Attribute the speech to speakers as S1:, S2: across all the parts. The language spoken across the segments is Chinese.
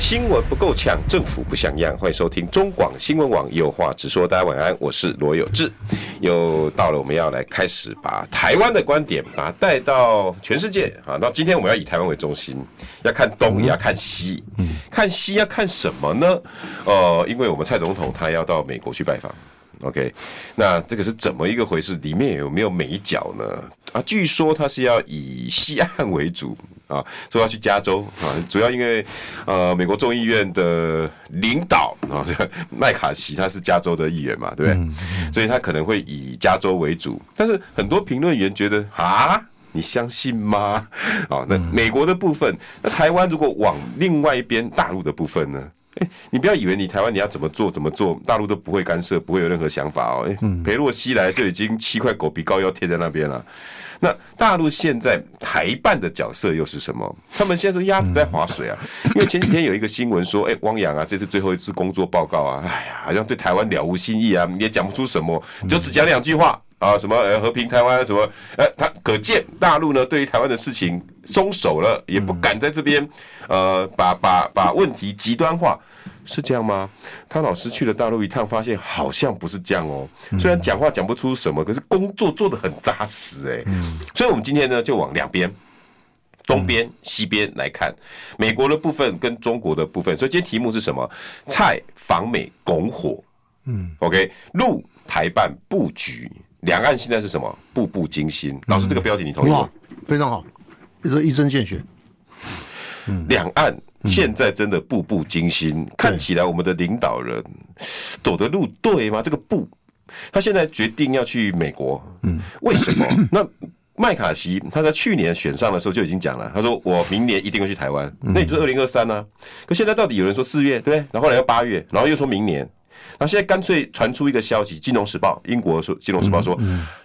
S1: 新闻不够呛，政府不像样。欢迎收听中广新闻网，有话直说。大家晚安，我是罗有志。又到了我们要来开始把台湾的观点，把它带到全世界啊。那今天我们要以台湾为中心，要看东，也要看西。看西要看什么呢？呃，因为我们蔡总统他要到美国去拜访。OK，那这个是怎么一个回事？里面有没有美角呢？啊，据说他是要以西岸为主啊，说要去加州啊，主要因为呃，美国众议院的领导啊， 这个麦卡锡他是加州的议员嘛，对不对？所以他可能会以加州为主，但是很多评论员觉得啊。你相信吗？啊，那美国的部分，那台湾如果往另外一边大陆的部分呢？哎、你不要以为你台湾你要怎么做怎么做，大陆都不会干涉，不会有任何想法哦。哎、裴洛西来就已经七块狗皮膏药贴在那边了。那大陆现在台办的角色又是什么？他们现在是鸭子在划水啊！因为前几天有一个新闻说，哎、汪洋啊，这次最后一次工作报告啊，哎呀，好像对台湾了无新意啊，也讲不出什么，就只讲两句话。啊，什么呃和平台湾什么呃，他可见大陆呢对于台湾的事情松手了，也不敢在这边呃把把把问题极端化，是这样吗？汤老师去了大陆一趟，发现好像不是这样哦。虽然讲话讲不出什么，可是工作做得很扎实哎、所以我们今天呢就往两边。东边、西边来看，美国的部分跟中国的部分，所以今天题目是什么？蔡访美拱火，OK，陆台办布局，两岸现在是什么？步步惊心。老师，这个标题你同意吗
S2: 很好？，非常好，这一针见血。
S1: 两岸现在真的步步惊心，看起来我们的领导人走的路对吗？这个步，他现在决定要去美国，嗯，为什么？那麦卡锡他在去年选上的时候就已经讲了，他说我明年一定会去台湾，那也就是二零二三呢。可现在到底有人说四月对不对？然后后来又八月，然后又说明年。然后现在干脆传出一个消息，《金融时报》英国说，《金融时报说》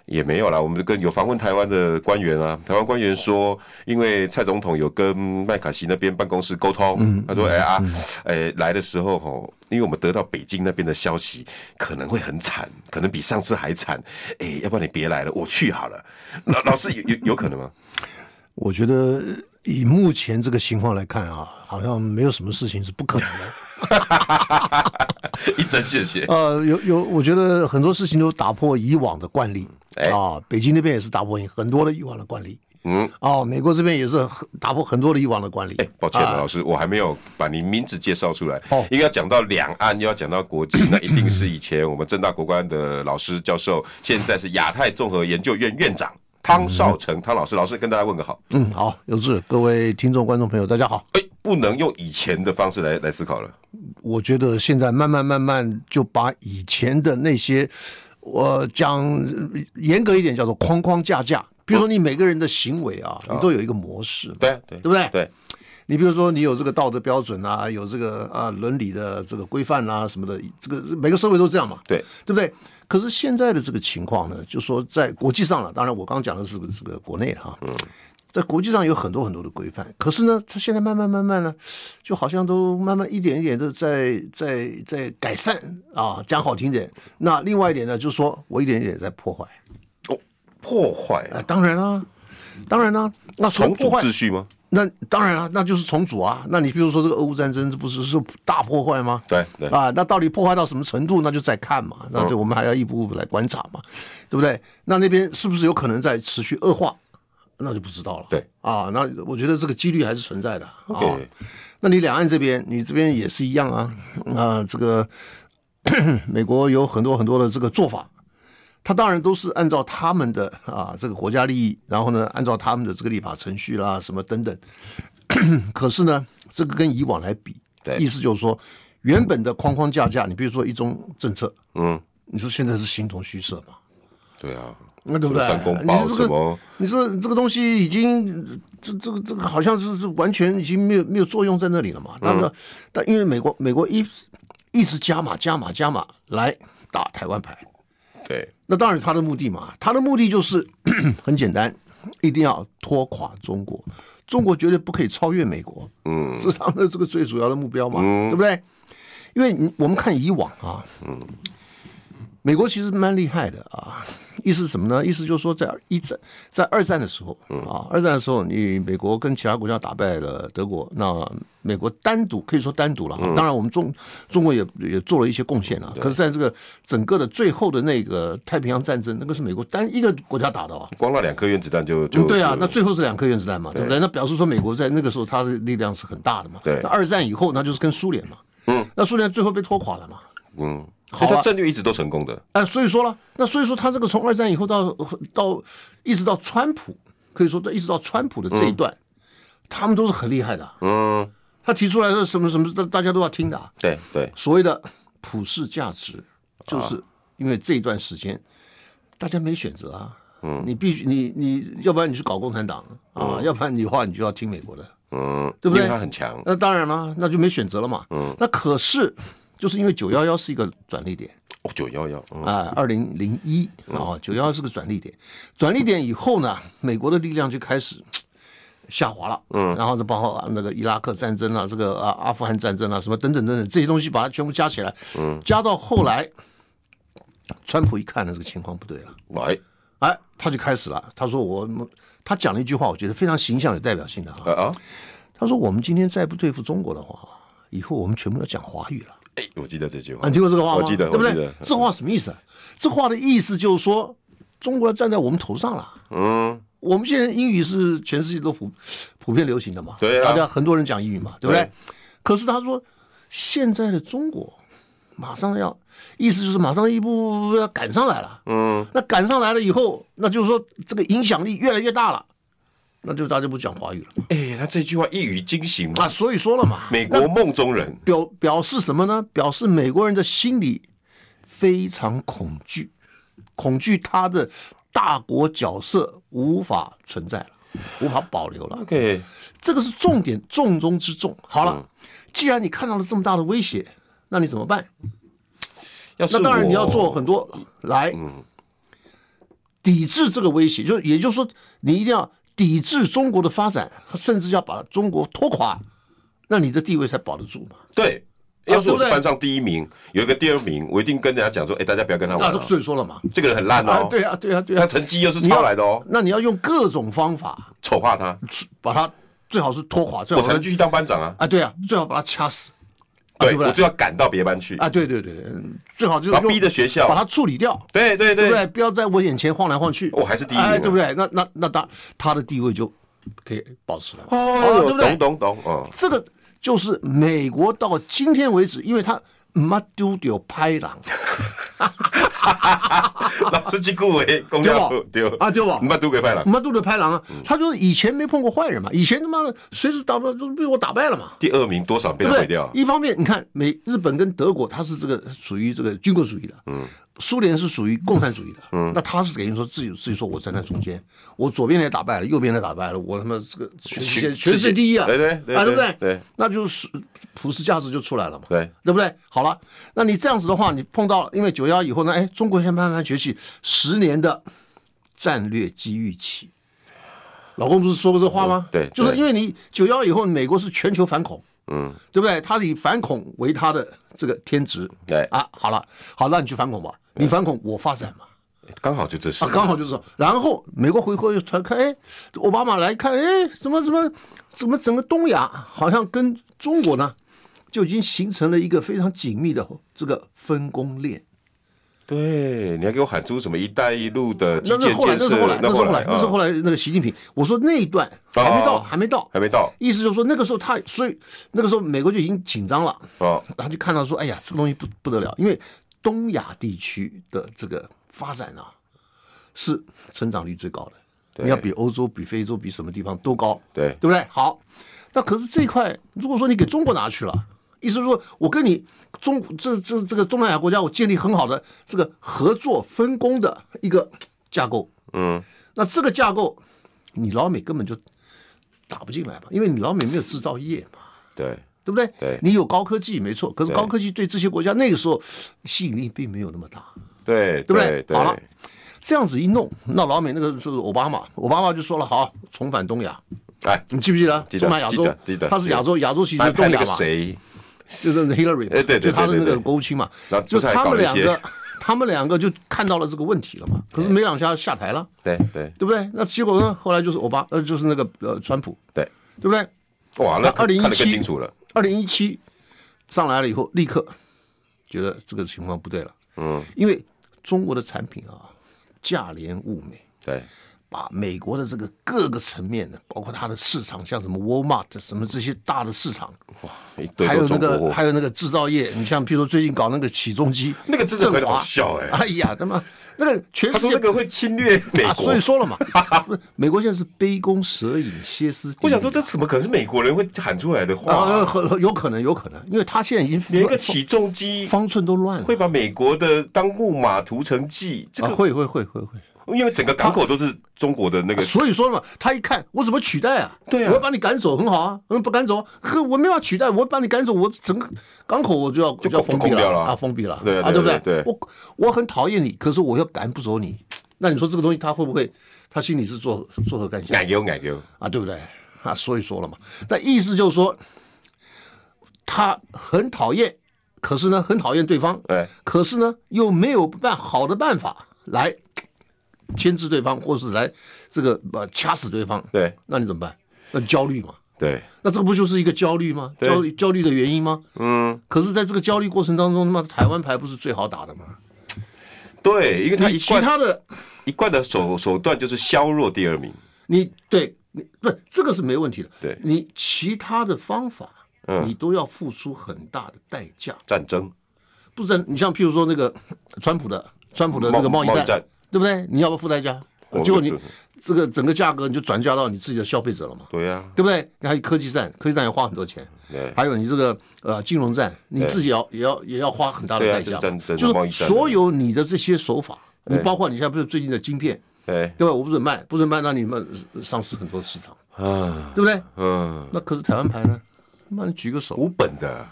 S1: 也没有啦。我们跟有访问台湾的官员啊，台湾官员说，因为蔡总统有跟麦卡锡那边办公室沟通，他说：“哎啊，哎来的时候吼，因为我们得到北京那边的消息，可能会很惨，可能比上次还惨。哎，要不然你别来了，我去好了。”老老师有有有可能吗？
S2: 我觉得呃以目前这个情况来看啊，好像没有什么事情是不可能的。
S1: 一针见血。
S2: 呃，有有，我觉得很多事情都打破以往的惯例
S1: 哎
S2: 啊。北京那边也是打破很多的以往的惯例。
S1: 嗯，
S2: 哦，美国这边也是很打破很多的以往的惯例。
S1: 哎、抱歉了，
S2: 啊
S1: 老师，我还没有把您名字介绍出来。
S2: 哦
S1: 因为要讲到两岸，又要讲到国际，那一定是以前我们正大国关的老师教授，现在是亚太综合研究院院长汤少成汤老师。老师跟大家问个好，
S2: 嗯，好，有志，各位听众观众朋友，大家好。
S1: 哎、不能用以前的方式来来思考了。
S2: 我觉得现在慢慢慢慢就把以前的那些，我、讲呃严格一点叫做框框架架，比如说你每个人的行为啊，你都有一个模式嘛，
S1: 对啊对
S2: 对不对？
S1: 对，
S2: 你比如说你有这个道德标准啊，有这个啊伦理的这个规范啊什么的，这个每个社会都这样嘛，
S1: 对啊
S2: 对不对？可是现在的这个情况呢，就说在国际上了，当然我刚讲的是这个国内哈，
S1: 嗯
S2: 在国际上有很多很多的规范，可是呢，它现在慢慢慢慢呢，就好像都慢慢一点一点的在在在改善啊，讲好听点，那另外一点呢，就是说我一点一点在破坏，
S1: 哦，破坏
S2: 啊、当然啦、当然啦、那除了
S1: 重组
S2: 破坏
S1: 秩序吗？
S2: 那当然啊，那就是重组啊。那你比如说这个俄乌战争，这不是是大破坏吗？
S1: 对对嗯
S2: 啊，那到底破坏到什么程度，那就再看嘛。那对我们还要一步步来观察嘛，对不对？那那边是不是有可能在持续恶化，那就不知道了。
S1: 对
S2: 啊，那我觉得这个几率还是存在的啊。
S1: OK
S2: 那你两岸这边，你这边也是一样啊。啊，这个 美国有很多很多的这个做法，他当然都是按照他们的啊这个国家利益，然后呢，按照他们的这个立法程序啦，什么等 等。可是呢，这个跟以往来比，
S1: 对
S2: 意思就是说，原本的框框架架，你比如说一中政策，
S1: 嗯，
S2: 你说现在是形同虚设嘛？
S1: 对啊，
S2: 那对不对？
S1: 什么三公
S2: 你
S1: 报
S2: 这
S1: 什
S2: 个
S1: 么，
S2: 你这这个东西已经这这个这个好像是是完全已经没有没有作用在那里了
S1: 嗯
S2: 嘛？那么、但因为美国美国一一直加码加码加码来打台湾牌，
S1: 对，啊
S2: 那当然是他的目的嘛，他的目的就是 很简单，一定要拖垮中国，中国绝对不可以超越美国，嗯， 这是他们的这个最主要的目标嘛，对不对？因为你我们看以往啊，嗯，美国其实蛮厉害的啊，意思是什么呢？意思就是说在一战在二战的时候啊，二战的时候你美国跟其他国家打败了德国，那美国单独可以说单独了啊，当然我们中中国也也做了一些贡献啊，可是在这个整个的最后的那个太平洋战争，那个是美国单一个国家打的啊，
S1: 光那两颗原子弹就就
S2: 嗯对啊
S1: 就，
S2: 那最后是两颗原子弹嘛，对不对？那表示说美国在那个时候它的力量是很大的嘛。
S1: 对
S2: 那二战以后，那就是跟苏联嘛。嗯，那苏联最后被拖垮了嘛。
S1: 嗯，
S2: 好
S1: 所
S2: 啊
S1: 以他战略一直都成功的，
S2: 哎，所以说了，那所以说他这个从二战以后到到一直到川普，可以说到一直到川普的这一段，他们都是很厉害的。
S1: 嗯，
S2: 他提出来的什么什么，大大家都要听的啊、
S1: 对对，
S2: 所谓的普世价值，就是因为这一段时间大家没选择啊，嗯，你必须你你要不然你去搞共产党啊，要不然你的话你就要听美国的，
S1: 嗯，
S2: 对不对
S1: 因为他很强，
S2: 那当然啦，那就没选择了嘛，嗯，那可是就是因为九幺幺是一个转捩点，
S1: 哦，九幺幺，嗯
S2: 啊，二零零一啊，九幺是个转捩点，转捩点以后呢，美国的力量就开始下滑了，嗯，然后这包括啊那个伊拉克战争啊，这个啊阿富汗战争啊，什么等等等等这些东西，把它全部加起来，嗯，加到后来，川普一看呢，这个情况不对了，
S1: 来，
S2: 哎，他就开始了，他说我们，他讲了一句话，我觉得非常形象有代表性的啊，
S1: 啊啊，
S2: 他说我们今天再不对付中国的话，以后我们全部要讲华语了。
S1: 哎，我记得这句话
S2: 啊，你，听过这个话吗？
S1: 我记得
S2: 对不
S1: 我记
S2: 对
S1: 得？
S2: 这话什么意思啊？这话的意思就是说，中国站在我们头上了。
S1: 嗯，
S2: 我们现在英语是全世界都普普遍流行的嘛，
S1: 对啊
S2: 大家很多人讲英语嘛，对不对？
S1: 对
S2: 可是他说，现在的中国马上要，意思就是马上一步步要赶上来了。
S1: 嗯，
S2: 那赶上来了以后，那就是说这个影响力越来越大了，那就大家不讲华语了
S1: 哎，他这句话一语惊醒
S2: 啊。所以说了嘛，
S1: 美国梦中人，
S2: 表表示什么呢？表示美国人的心里非常恐惧，恐惧他的大国角色无法存在了，无法保留了。
S1: OK，
S2: 这个是重点，重中之重。好了，既然你看到了这么大的威胁，那你怎么办？
S1: 要是
S2: 那当然
S1: 我
S2: 你要做，很多来抵制这个威胁，就也就是说，你一定要抵制中国的发展，甚至要把中国拖垮，那你的地位才保得住嘛。
S1: 对。要是我
S2: 对不
S1: 是
S2: 对
S1: 班上第一名，有一个第二名，我一定跟人家讲说：“哎，大家不要跟他
S2: 那
S1: 玩
S2: 都
S1: 了，
S2: 所以说了嘛，
S1: 这个人很烂
S2: 啊，
S1: 哦，
S2: 对啊，对啊，对啊
S1: 他。成绩又是抄来的哦，
S2: 那你要用各种方法
S1: 丑化他，
S2: 去把它，最好是拖垮，最
S1: 我
S2: 好
S1: 才能
S2: 是
S1: 继续当班长啊。
S2: 啊，对啊，最好把它掐死
S1: 对，
S2: 啊对不对
S1: 我就要赶到别班去，
S2: 啊，对对对，嗯最好就是
S1: 然后
S2: 用
S1: 逼着学校
S2: 把它处理掉，
S1: 对对对
S2: 对不对？不要在我眼前晃来晃去，
S1: 我还是第一名啊
S2: 哎，对不对？那那那他他的地位就可以保持了嘛，啊
S1: 哦
S2: 对不对
S1: 懂？懂懂， 哦，
S2: 这个就是美国到今天为止，因为他没丢丢拍狼，
S1: 老师去顾维公交部
S2: 对
S1: 丢
S2: 吧啊对吧
S1: 你把杜给派了。
S2: 没丢丢拍狼啊，
S1: 嗯
S2: 他就是以前没碰过坏人嘛，以前他妈的随时打不就被我打败了嘛，
S1: 第二名多少被
S2: 对
S1: 他
S2: 不
S1: 毁
S2: 对
S1: 掉？？
S2: 一方面，你看美日本跟德国，它是这个属于这个军国主义的，嗯，苏联是属于共产主义的，嗯，那它是等于说自己自己说我站在中间，我左边也打败了，右边也打败了，我他妈这个全世界
S1: 全
S2: 全世界第一啊，
S1: 对对对
S2: 啊，对不
S1: 对
S2: 对？
S1: 对，
S2: 那就是普世价值就出来了嘛，
S1: 对，
S2: 对不对？好了，那你这样子的话，你碰到因为九幺以后呢，哎，中国现在慢慢崛起，十年的战略机遇期。老公不是说过这话吗？
S1: 嗯对
S2: 就是
S1: 对
S2: 因为你九幺以后，美国是全球反恐，
S1: 嗯，
S2: 对不对？他是以反恐为他的这个天职。
S1: 对
S2: 啊，好了，好，那你去反恐吧，你反恐，我发展嘛，
S1: 刚好就这是
S2: 啊，刚好就是说，然后美国回国又突然看，哎，奥巴马来看，哎，怎么怎么怎么整个东亚好像跟中国呢，就已经形成了一个非常紧密的这个分工链。
S1: 对，你还给我喊出什么“一带一路”的基
S2: 那
S1: 建
S2: 那后来，
S1: 建
S2: 那是后来
S1: 设，，
S2: 那是后来，那是
S1: 啊
S2: 后来那个习近平，我说那一段还没到，
S1: 哦
S2: 还没到，
S1: 还没到
S2: 意思就是说那个时候他，所以那个时候美国就已经紧张了。
S1: 哦，
S2: 他就看到说，哎呀，这个东西不不得了，因为东亚地区的这个发展啊，是成长率最高的，
S1: 对
S2: 你要比欧洲、比非洲、比什么地方都高，
S1: 对
S2: 对不对？好，那可是这一块，如果说你给中国拿去了，意思是说我跟你中这这这个东南亚国家，我建立很好的这个合作分工的一个架构，
S1: 嗯，
S2: 那这个架构，你老美根本就打不进来嘛，因为你老美没有制造业嘛。
S1: 对，
S2: 对不对？
S1: 对
S2: 你有高科技没错，可是
S1: 对
S2: 高科技对这些国家那个时候吸引力并没有那么大，
S1: 对
S2: 对不对
S1: 对？
S2: 好了这样子一弄，那老美那个是奥巴马，奥巴马就说了，好，重返东亚，
S1: 哎，
S2: 你记不记得？
S1: 记得
S2: 重返亚
S1: 记
S2: 洲
S1: 得记得，
S2: 他是亚洲，亚洲其实
S1: 他
S2: 是
S1: 拍
S2: 东
S1: 那个
S2: 亚嘛，
S1: 谁，
S2: 就是 Hillary，
S1: 哎对对对
S2: 就他的
S1: 对
S2: 那个
S1: 对
S2: 国务卿嘛
S1: 然后，
S2: 就
S1: 不是还
S2: 他
S1: 搞了
S2: 们
S1: 一
S2: 两
S1: 些
S2: 个，他们两个就看到了这个问题 了嘛，可是没两下下台了。
S1: 对对
S2: 对不对？那结果呢？后来就是欧巴，呃，就是那个呃，川普，
S1: 对，
S2: 对不对？
S1: 哇，那看
S2: 2017
S1: 看得更清楚了，
S2: 二零一七上来了以后，立刻觉得这个情况不对了，
S1: 嗯，
S2: 因为中国的产品啊，价廉物美，
S1: 对
S2: 把美国的这个各个层面的，包括它的市场，像什么 Walmart 什么这些大的市场，
S1: 一堆
S2: 还有
S1: 都
S2: 那
S1: 中国
S2: 个
S1: 货，
S2: 还有那个制造业，你像譬如说最近搞那个起重机，
S1: 那个真的
S2: 振
S1: 很好
S2: 华
S1: 笑哎
S2: 哎呀，他妈那个全
S1: 他
S2: 世
S1: 说
S2: 界
S1: 那个会侵略美
S2: 啊，
S1: 国
S2: 所以，说了嘛， 不是美国现在是杯弓蛇影、歇斯底里。
S1: 我想说这怎么可能是美国人会喊出来的
S2: 啊，
S1: 话？
S2: 很有可能，有可能，因为他现在已经
S1: 连一个
S2: 乱
S1: 起重机
S2: 方寸都乱了，
S1: 会把美国的当木马屠城记，这
S2: 啊，
S1: 个
S2: 会会会会会，
S1: 因为整个港口都是中国的那个
S2: 所以说嘛，他一看我怎么取代啊？
S1: 对啊
S2: 我要把你赶走，很好啊，嗯，不赶走，呵，我没法取代，我把你赶走，我整个港口我就要
S1: 就
S2: 就要
S1: 封
S2: 封闭
S1: 就封掉了
S2: 啊，封闭了，
S1: 对
S2: 啊，
S1: 对
S2: 对不
S1: 对对
S2: 我我很讨厌你，可是我又赶不走你，那你说这个东西他会不会，他心里是作作何感想？
S1: 奶油奶油，
S2: 啊，对不对？啊，所以说了嘛，那意思就是说，他很讨厌，可是呢，很讨厌对方，
S1: 哎，
S2: 可是呢，又没有办好的办法来牵制对方，或是来这个呃掐死对方，
S1: 对
S2: 那你怎么办？那焦虑嘛，
S1: 对，
S2: 那这个不就是一个焦虑吗？
S1: 对
S2: 焦虑焦虑的原因吗？
S1: 嗯，
S2: 可是，在这个焦虑过程当中，他妈台湾牌不是最好打的吗？
S1: 对，因为他
S2: 你
S1: 一
S2: 其
S1: 贯
S2: 他的，
S1: 一贯的手手段就是削弱第二名，
S2: 你对，你不，这个是没问题的。
S1: 对
S2: 你其他的方法，
S1: 嗯
S2: 你都要付出很大的代价。
S1: 战争，
S2: 不然，你像譬如说那个川普的川普的这个
S1: 贸
S2: 贸易
S1: 贸易
S2: 战，
S1: 战
S2: 对不对？你要不要付代价
S1: 我？
S2: 结果你
S1: 就是
S2: 这个整个价格你就转嫁到你自己的消费者了嘛，
S1: 对呀，
S2: 对不对？你还有科技战，科技战也花很多钱
S1: 对，
S2: 还有你这个呃金融战，你自己要也要也要花很大的
S1: 对啊
S2: 代价
S1: 这是
S2: 嘛，
S1: 战争贸
S2: 就
S1: 易
S2: 是
S1: 战
S2: 所有你的这些手法，你
S1: 对
S2: 包括你现在不是最近的晶片，
S1: 哎，
S2: 对吧？我不准卖，不准卖，那你们呃丧失很多市场，
S1: 啊，
S2: 对不对？
S1: 嗯，
S2: 那可是台湾牌呢？那你举个手，
S1: 无本的，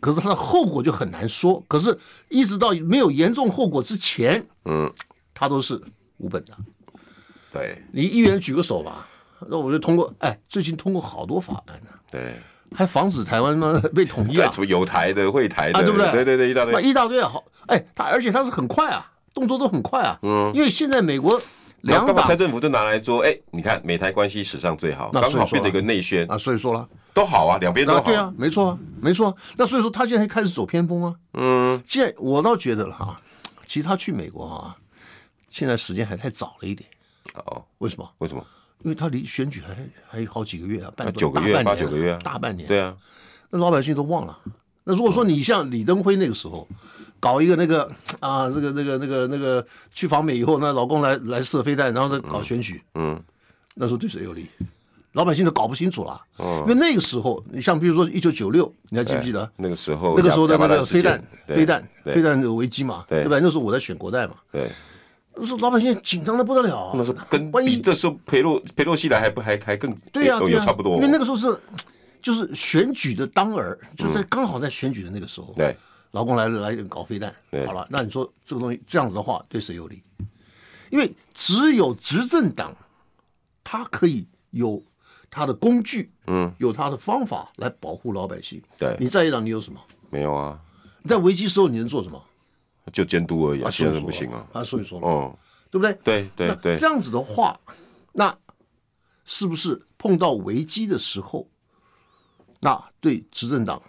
S2: 可是它的后果就很难说。可是，一直到没有严重后果之前，
S1: 嗯，
S2: 它都是无本的。
S1: 对
S2: 你议员举个手吧，那我就通过。哎，最近通过好多法案呢、
S1: 对，
S2: 还防止台湾嘛被统一
S1: 对
S2: 啊
S1: 什，么犹台的、会台的，
S2: 啊，对不对？
S1: 对对对，一大
S2: 那
S1: 堆，
S2: 一大堆啊好。哎，他而且他是很快啊，动作都很快啊。嗯，因为现在美国
S1: 然后
S2: 两
S1: 刚好
S2: 党
S1: 蔡政府就拿来说，哎，你看美台关系史上最好，
S2: 那
S1: 刚
S2: 所以
S1: 好
S2: 说
S1: 变成一个内宣，
S2: 啊，所以说了，
S1: 都好啊，两边都
S2: 啊，
S1: 好，
S2: 对啊，没错啊，没错啊。那所以说他现在开始走偏锋啊。
S1: 嗯，
S2: 现在我倒觉得了哈、其实他去美国啊，现在时间还太早了一点。
S1: 哦，
S2: 为什么？
S1: 为什么？
S2: 因为他离选举还还有好几个月啊，半
S1: 啊九个月
S2: 大半年啊
S1: 八九个月啊
S2: 大半年。
S1: 对啊，
S2: 那老百姓都忘了。那如果说你像李登辉那个时候，搞一个那个啊，这个这个那个那个去访美以后，那老公来来射飞弹，然后再搞选举，
S1: 嗯，
S2: 那时候对谁有利？老百姓都搞不清楚了。
S1: 哦
S2: 因为那个时候，你像比如说一九九六，你还记不记得
S1: 哎？那个时候
S2: 那个时候的
S1: 亚
S2: 那
S1: 亚马
S2: 个
S1: 逊
S2: 飞
S1: 事件
S2: 弹、飞弹、
S1: 对
S2: 飞弹的危机嘛，
S1: 对
S2: 对吧？那时候我在选国代嘛，
S1: 对，
S2: 那时候老百姓紧张的不得了啊。
S1: 那时候跟
S2: 万
S1: 比
S2: 一
S1: 这时候佩洛佩洛西来还不还还更
S2: 对呀、
S1: 也哦
S2: 对
S1: 也
S2: 呀、
S1: 哎差不多，
S2: 因为那个时候是就是选举的当儿，就在刚好在选举的那个时候，
S1: 嗯对，
S2: 老公来来搞飞弹
S1: 对，
S2: 好了，那你说这个东西这样子的话对谁有利？因为只有执政党，他可以有他的工具，
S1: 嗯，
S2: 有他的方法来保护老百姓。
S1: 对
S2: 你在野党你有什么？
S1: 没有啊，
S2: 你在危机时候你能做什么？
S1: 就监督而已，啊，
S2: 所
S1: 现
S2: 以
S1: 在
S2: 说
S1: 不行啊，
S2: 啊，所以说了，
S1: 哦，
S2: 对不对？
S1: 对对
S2: 那
S1: 对
S2: 这样子的话，那是不是碰到危机的时候，那对执政党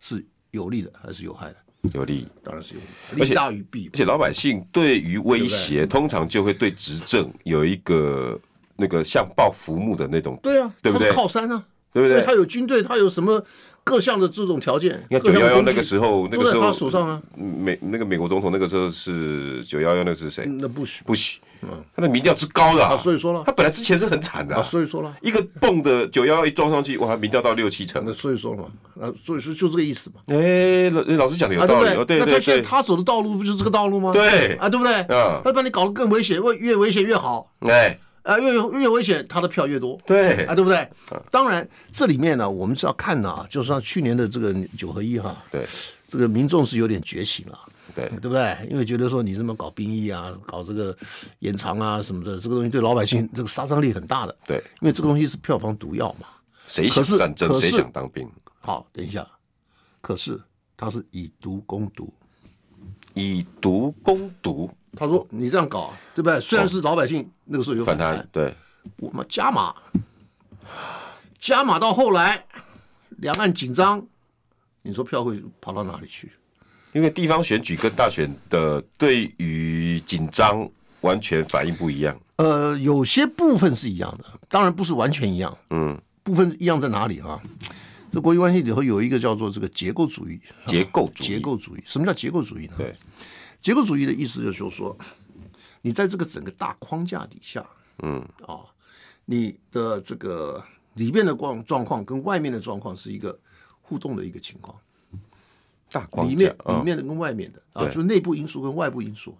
S2: 是有利的还是有害的？
S1: 有利，
S2: 当然是有利
S1: 而
S2: 的，
S1: 且
S2: 利大于弊
S1: 而。且老百姓对于威胁，通常就会对执政有一个那个像抱浮木的那种，
S2: 对啊，
S1: 对不对
S2: 他是靠山啊，
S1: 对不
S2: 因为
S1: 对
S2: 他？有军队，他有什么各项的这种条件，
S1: 你看九
S2: 各项
S1: 幺
S2: 的
S1: 幺
S2: 工具
S1: 那个时候，那
S2: 都
S1: 个
S2: 在
S1: 时
S2: 他
S1: 候
S2: 手上啊，
S1: 美那个美国总统那个时候是九幺幺，那个是谁？
S2: 那不行
S1: 不许，他的民调之高的啊
S2: 嗯啊，所以说了
S1: 他本来之前是很惨的啊
S2: 啊，，所以说了，
S1: 一个蹦的九幺幺一撞上去，哇，民调到六七成
S2: 那。所以说了嘛，啊，所以说就这个意思嘛，
S1: 哎，老老师讲的有
S2: 嗯啊，
S1: 道
S2: 不
S1: 理，哦，对
S2: 那
S1: 对
S2: 他现在
S1: 对，
S2: 他走的道路不就是这个道路吗？
S1: 对
S2: 啊，对不对？
S1: 嗯
S2: 他把你搞得更危险，越越危险越好，
S1: 哎，
S2: 啊，越越危险，他的票越多，
S1: 对嗯
S2: 啊，对不对？当然，这里面呢，我们是要看呢、啊，就是说去年的这个九合一哈，
S1: 对，
S2: 这个民众是有点觉醒了，
S1: 对
S2: 对不对？因为觉得说你这么搞兵役啊，搞这个延长啊什么的，这个东西对老百姓这个杀伤力很大的。
S1: 对，
S2: 因为这个东西是票房毒药嘛。
S1: 谁想
S2: 可是
S1: 战争，
S2: 可
S1: 谁
S2: 是
S1: 想当兵？
S2: 好，等一下，可是他是以毒攻毒。
S1: 哦以毒攻毒，
S2: 他说你这样搞，对不对？虽然是老百姓那个时候有
S1: 哦反
S2: 反
S1: 弹
S2: 弹，
S1: 对，
S2: 我们加码，加码到后来，两岸紧张，你说票会跑到哪里去？
S1: 因为地方选举跟大选的对于紧张完全反应不一样。
S2: 呃，有些部分是一样的，当然不是完全一样。
S1: 嗯，
S2: 部分一样在哪里啊？这国际关系里头有一个叫做这个结构主义，
S1: 结构主义
S2: 结构主义。什么叫结构主义呢？
S1: 对，
S2: 结构主义的意思就是说，你在这个整个大框架底下，
S1: 嗯，
S2: 啊，你的这个里面的状状况跟外面的状况是一个互动的一个情况，
S1: 大框
S2: 里
S1: 架
S2: 面里
S1: 嗯
S2: 面的跟外面的啊，
S1: 对
S2: 就是内部因素跟外部因素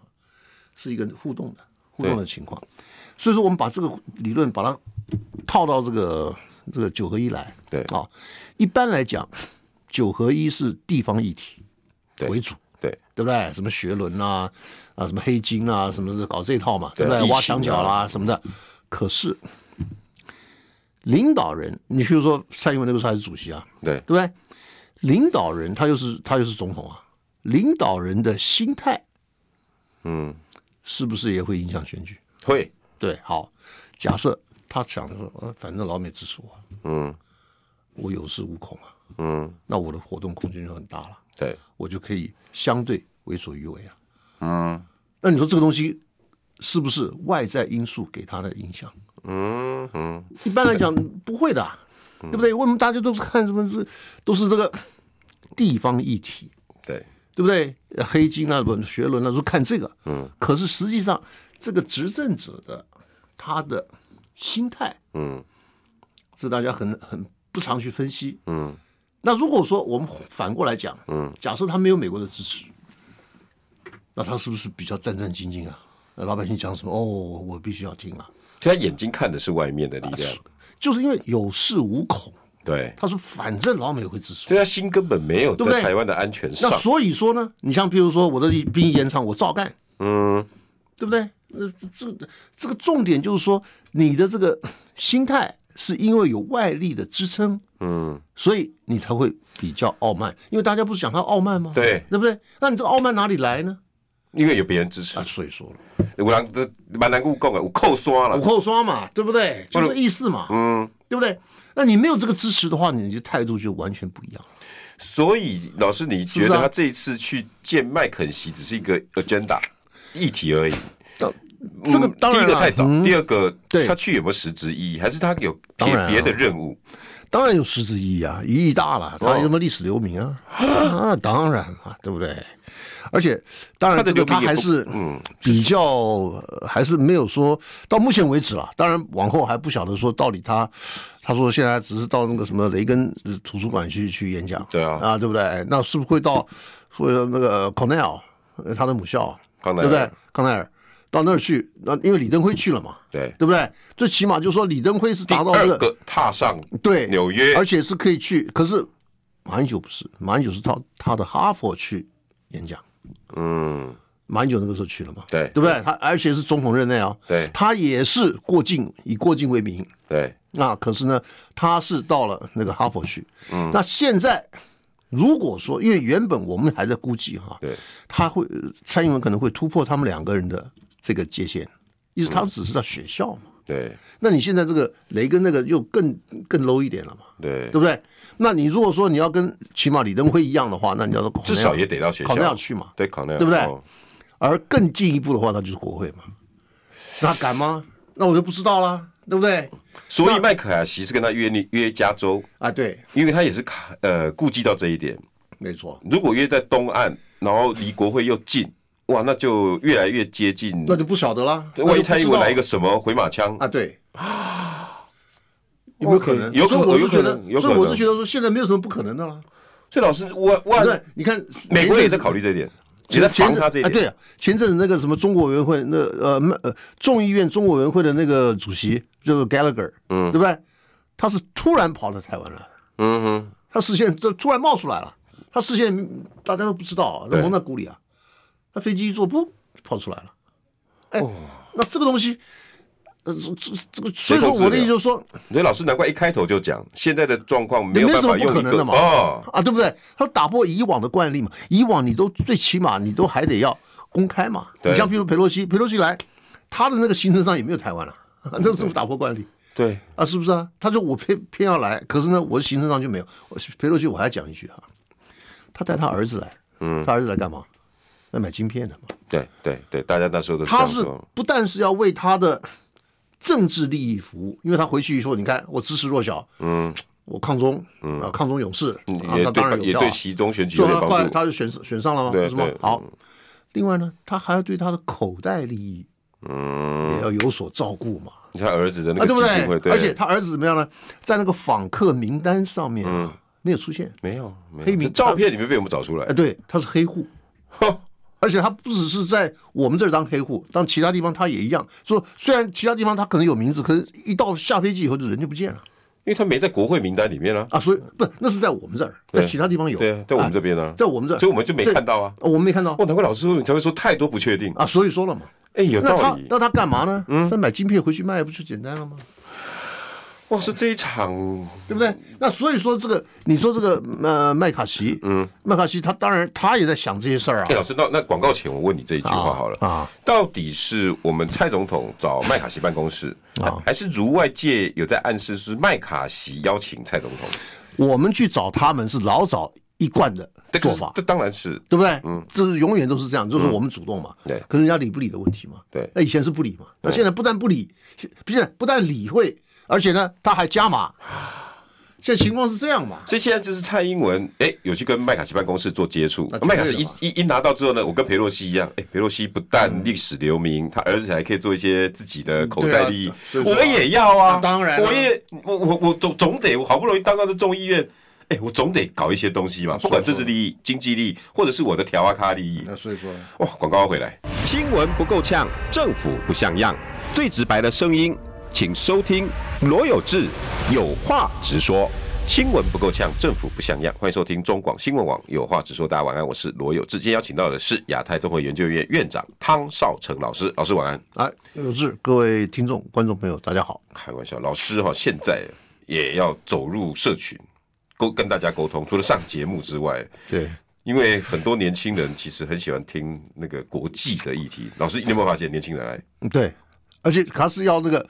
S2: 是一个互动的互动的情况。所以说，我们把这个理论把它套到这个这个九合一来，
S1: 对
S2: 啊，一般来讲，九合一是地方议题
S1: 对
S2: 为主。
S1: 对
S2: 对不对？什么学伦啦、啊，什么黑金啦、什么的，搞这一套嘛，
S1: 对
S2: 对
S1: 疫？
S2: 不对
S1: 情啊
S2: 挖墙角啦、什么的。可是领导人，你譬如说蔡英文那个时候还是主席啊，
S1: 对
S2: 对不对？领导人他又是他又是总统啊，领导人的心态
S1: 嗯，
S2: 是不是也会影响选举？
S1: 会，
S2: 对，好，假设他想着说，呃反正老美支持我，
S1: 嗯
S2: 我有恃无恐啊，
S1: 嗯，
S2: 那我的活动空间就很大了，
S1: 对，
S2: 我就可以相对为所欲为啊。
S1: 嗯
S2: 那你说这个东西是不是外在因素给他的影响？
S1: 嗯嗯，
S2: 一般来讲不会的啊，对不对？为什么大家都是看什么是都是这个地方议题，
S1: 对，
S2: 对不对？呃黑金啊、轮学轮啊，都看这个。
S1: 嗯，
S2: 可是实际上这个执政者的他的心态
S1: 嗯
S2: 是大家很很不常去分析。
S1: 嗯，
S2: 那如果说我们反过来讲，
S1: 嗯，
S2: 假设他没有美国的支持，那他是不是比较战战兢兢啊？那老百姓讲什么，哦，我我必须要听啊。
S1: 就他眼睛看的是外面的力量，
S2: 就是因为有恃无恐，
S1: 对，
S2: 他说反正老美会支持
S1: 所以他心根本没有
S2: 对不
S1: 在
S2: 对
S1: 台湾的安全
S2: 我。
S1: 上
S2: 那。所以说呢，你像比如说我的兵役延长，我照干，
S1: 嗯，
S2: 对不对？那这个这个重点就是说，你的这个心态是因为有外力的支撑，
S1: 嗯，
S2: 所以你才会比较傲慢。因为大家不是讲他傲慢吗？
S1: 对
S2: 对不对？那你这个傲慢哪里来呢？
S1: 因为有别人支持
S2: 啊，，所以说了，
S1: 有人都蛮难顾讲的，有扣刷
S2: 午
S1: 了。
S2: 后刷嘛，对不对？就这个意思嘛，
S1: 啊嗯，
S2: 对不对？那你没有这个支持的话，你的态度就完全不一样了。
S1: 所以老师，你觉得
S2: 是不是啊
S1: 他这一次去见麦肯锡只是一个 agenda 议题而已？
S2: 到这个
S1: 嗯
S2: 当然
S1: 第一个
S2: 啦
S1: 太早，第二个
S2: 对
S1: 他去有没有实质意义？还是他有
S2: 当
S1: 别
S2: 然啊
S1: 别的任务？
S2: 当然有实质意义啊，意义大
S1: 哦
S2: 了，它什么历史留名啊？啊，当然啊，对不对？而且，当
S1: 它
S2: 然
S1: 的留
S2: 这个它
S1: 名也
S2: 还
S1: 不
S2: 是
S1: 嗯
S2: 比较，呃还是没有说到目前为止了。当然，往后还不晓得说到底他，他说现在只是到那个什么雷根呃图书馆去去演讲，
S1: 对啊
S2: 啊，对不对？那是不是会到或者那个 Cornell 呃他的母校，
S1: 康奈
S2: 对不对
S1: 尔？
S2: 康奈尔到那儿去，那因为李登辉去了嘛，
S1: 对，
S2: 对不对？最起码就是说李登辉是
S1: 第
S2: 达到
S1: 二
S2: 这个
S1: 个踏上
S2: 对
S1: 纽约
S2: 而且是可以去。可是马英九不是，马英九是到他的哈佛去演讲，
S1: 嗯，
S2: 马英九那个时候去了嘛，
S1: 对
S2: 对不对？他而且是总统任内啊、
S1: 对
S2: 他也是过境，以过境为名。
S1: 对，
S2: 那可是呢，他是到了那个哈佛去。嗯，那现在如果说，因为原本我们还在估计哈，
S1: 对，
S2: 他会呃蔡英文可能会突破他们两个人的这个界限，意思他只是在学校嘛。
S1: 对，
S2: 那你现在这个雷跟那个又更更 low 一点了嘛？
S1: 对，
S2: 对不对？那你如果说你要跟起码李登辉一样的话，那你要到考
S1: 至少也得到学
S2: 考那
S1: 校
S2: 样，去嘛。
S1: 对，考那样，
S2: 对不对
S1: 哦
S2: 而更进一步的话，那就是国会嘛。那敢吗？那我就不知道啦，对不对？
S1: 所以麦肯锡是跟他约你约加州，
S2: 啊，对，
S1: 因为他也是卡呃顾及到这一点。
S2: 没错，
S1: 如果约在东岸，然后离国会又近，哇，那就越来越接近。
S2: 那就不晓得啦。那就
S1: 万一
S2: 不知道
S1: 蔡英文来一个什么回马枪，
S2: 啊，对。有没有可能？
S1: 有可
S2: 所以我
S1: 有
S2: 是
S1: 可
S2: 觉
S1: 能有可
S2: 得，所
S1: 能
S2: 以我是觉得说，现在没有什么不可能的啦。
S1: 所以老师，我
S2: 对
S1: 万
S2: 不对，你看
S1: 美国也在考
S2: 虑，
S1: 虑这一点，也在防他这一
S2: 啊，对
S1: 点。
S2: 啊，前阵子那个什么中国委员会，那呃麦呃众议院中国委员会的那个主席就是 Gallagher，
S1: 嗯
S2: 对不对？他是突然跑到台湾来的。
S1: 嗯哼，
S2: 他视线这突然冒出来了，他视线大家都不知道，
S1: 对
S2: 在蒙在鼓里啊，那飞机一坐，噗，跑出来了。哎，
S1: 哦
S2: 那这个东西，呃，这这这个，所以说我的意思就是说，
S1: 所以老师难怪一开头就讲，现在的状况没有
S2: 没
S1: 办
S2: 什么
S1: 法
S2: 不
S1: 用
S2: 可
S1: 一
S2: 能
S1: 个
S2: 的嘛，
S1: 哦，
S2: 啊，对不对？他打破以往的惯例嘛，以往你都最起码你都还得要公开嘛。
S1: 对
S2: 你像譬如佩洛西，佩洛西来，他的那个行程上也没有台湾了、啊， 这是不是打破惯例
S1: 对，
S2: 啊？是不是啊？他就我偏偏要来，可是呢，我的行程上就没有。我佩洛西我还要讲一句哈、他带他儿子来，嗯，他儿子来干嘛？来买晶片的嘛。
S1: 对对对，大家那时候都这
S2: 他
S1: 样
S2: 是
S1: 说，
S2: 不但是要为他的政治利益服务，因为他回去说，你看我支持弱小，嗯，我抗中，嗯啊，抗中勇士，
S1: 嗯
S2: 啊，
S1: 也
S2: 那当然
S1: 对
S2: 有
S1: 也
S2: 效
S1: 对
S2: 啊。
S1: 其中选举有
S2: 所以
S1: 点
S2: 他后来
S1: 帮助，
S2: 他就选选上了
S1: 对
S2: 吗？是吗
S1: 对？嗯
S2: 好，另外呢，他还要对他的口袋利益
S1: 嗯，
S2: 也要有所照顾嘛，
S1: 你看儿子的嗯那
S2: 啊，
S1: 个
S2: 对不
S1: 基金会，对，
S2: 对？而且他儿子怎么样呢？在那个访客名单上面
S1: 嗯
S2: 啊没有出现，
S1: 没有没
S2: 黑
S1: 有，
S2: 名
S1: 这照片里面被我们找出来
S2: 哎，，对，他是黑户，而且他不只是在我们这儿当黑户，当其他地方他也一样。说虽然其他地方他可能有名字，可是一到下飞机以后，就人就不见了
S1: 因为他没在国会名单里面啊，
S2: 啊。所以不，那是在我们这儿，
S1: 对
S2: 在其他地方有，
S1: 对，在我们这边呢
S2: 啊，在我们这儿，
S1: 所以我们就没看到啊。
S2: 对，我们没看到
S1: 哦，难怪老师说你才会说太多不确定，
S2: 啊。所以说了嘛，
S1: 哎，有
S2: 那
S1: 道
S2: 他
S1: 理。嗯
S2: 那他干嘛呢？他买晶片回去卖，不就简单了吗？
S1: 哇，是这一场，
S2: 对不对？那所以说这个，你说这个呃麦卡锡，嗯，麦卡锡他当然他也在想这些事儿啊
S1: 哎，。老师，那那广告前我问你这一句话好了，
S2: 啊，
S1: 到底是我们蔡总统找麦卡锡办公室，
S2: 啊
S1: 还是如外界有在暗示是麦卡锡邀请蔡总统？
S2: 我们去找他们是老早一贯的
S1: 这个
S2: 做
S1: 是
S2: 法，
S1: 这当然是
S2: 对不对？嗯，这是永远都是这样，就是我们主动嘛。
S1: 对
S2: 可是人家理不理的问题嘛。
S1: 对
S2: 那以前是不理嘛，那现在不但不理，不是不但理会，而且呢，他还加码。现在情况是这样嘛？
S1: 所以现在就是蔡英文，哎、有去跟麦卡锡办公室做接触
S2: 那。绝对
S1: 麦
S2: 的
S1: 卡锡一
S2: 嘛
S1: 一一拿到之后呢，我跟裴洛西一样，哎、裴洛西不但历史留名，他儿子还可以做一些自己的口袋利益，
S2: 嗯对啊所以说啊
S1: 我也要啊，
S2: 啊当然啊
S1: 我也我我我总总得，我好不容易当上这众议院。哎、我总得搞一些东
S2: 啊
S1: 西嘛，不管政治利益、经济利益，或者是我的条啊咖利益。
S2: 所以说，
S1: 哇，广告回来。新闻不够呛，政府不像样，最直白的声音，请收听罗有志有话直说。新闻不够呛，政府不像样。欢迎收听中广新闻网，有话直说。大家晚安，我是罗有志。今天邀请到的是亚太综合研究院院长汤少成老师。老师晚安。
S2: 哎，有志，各位听众、观众朋友，大家好。
S1: 开玩笑，老师哈、现在也要走入社群，沟跟大家沟通。除了上节目之外，
S2: 对，
S1: 因为很多年轻人其实很喜欢听那个国际的议题。老师，你有没有发现年轻人来？
S2: 嗯对，而且他是要那个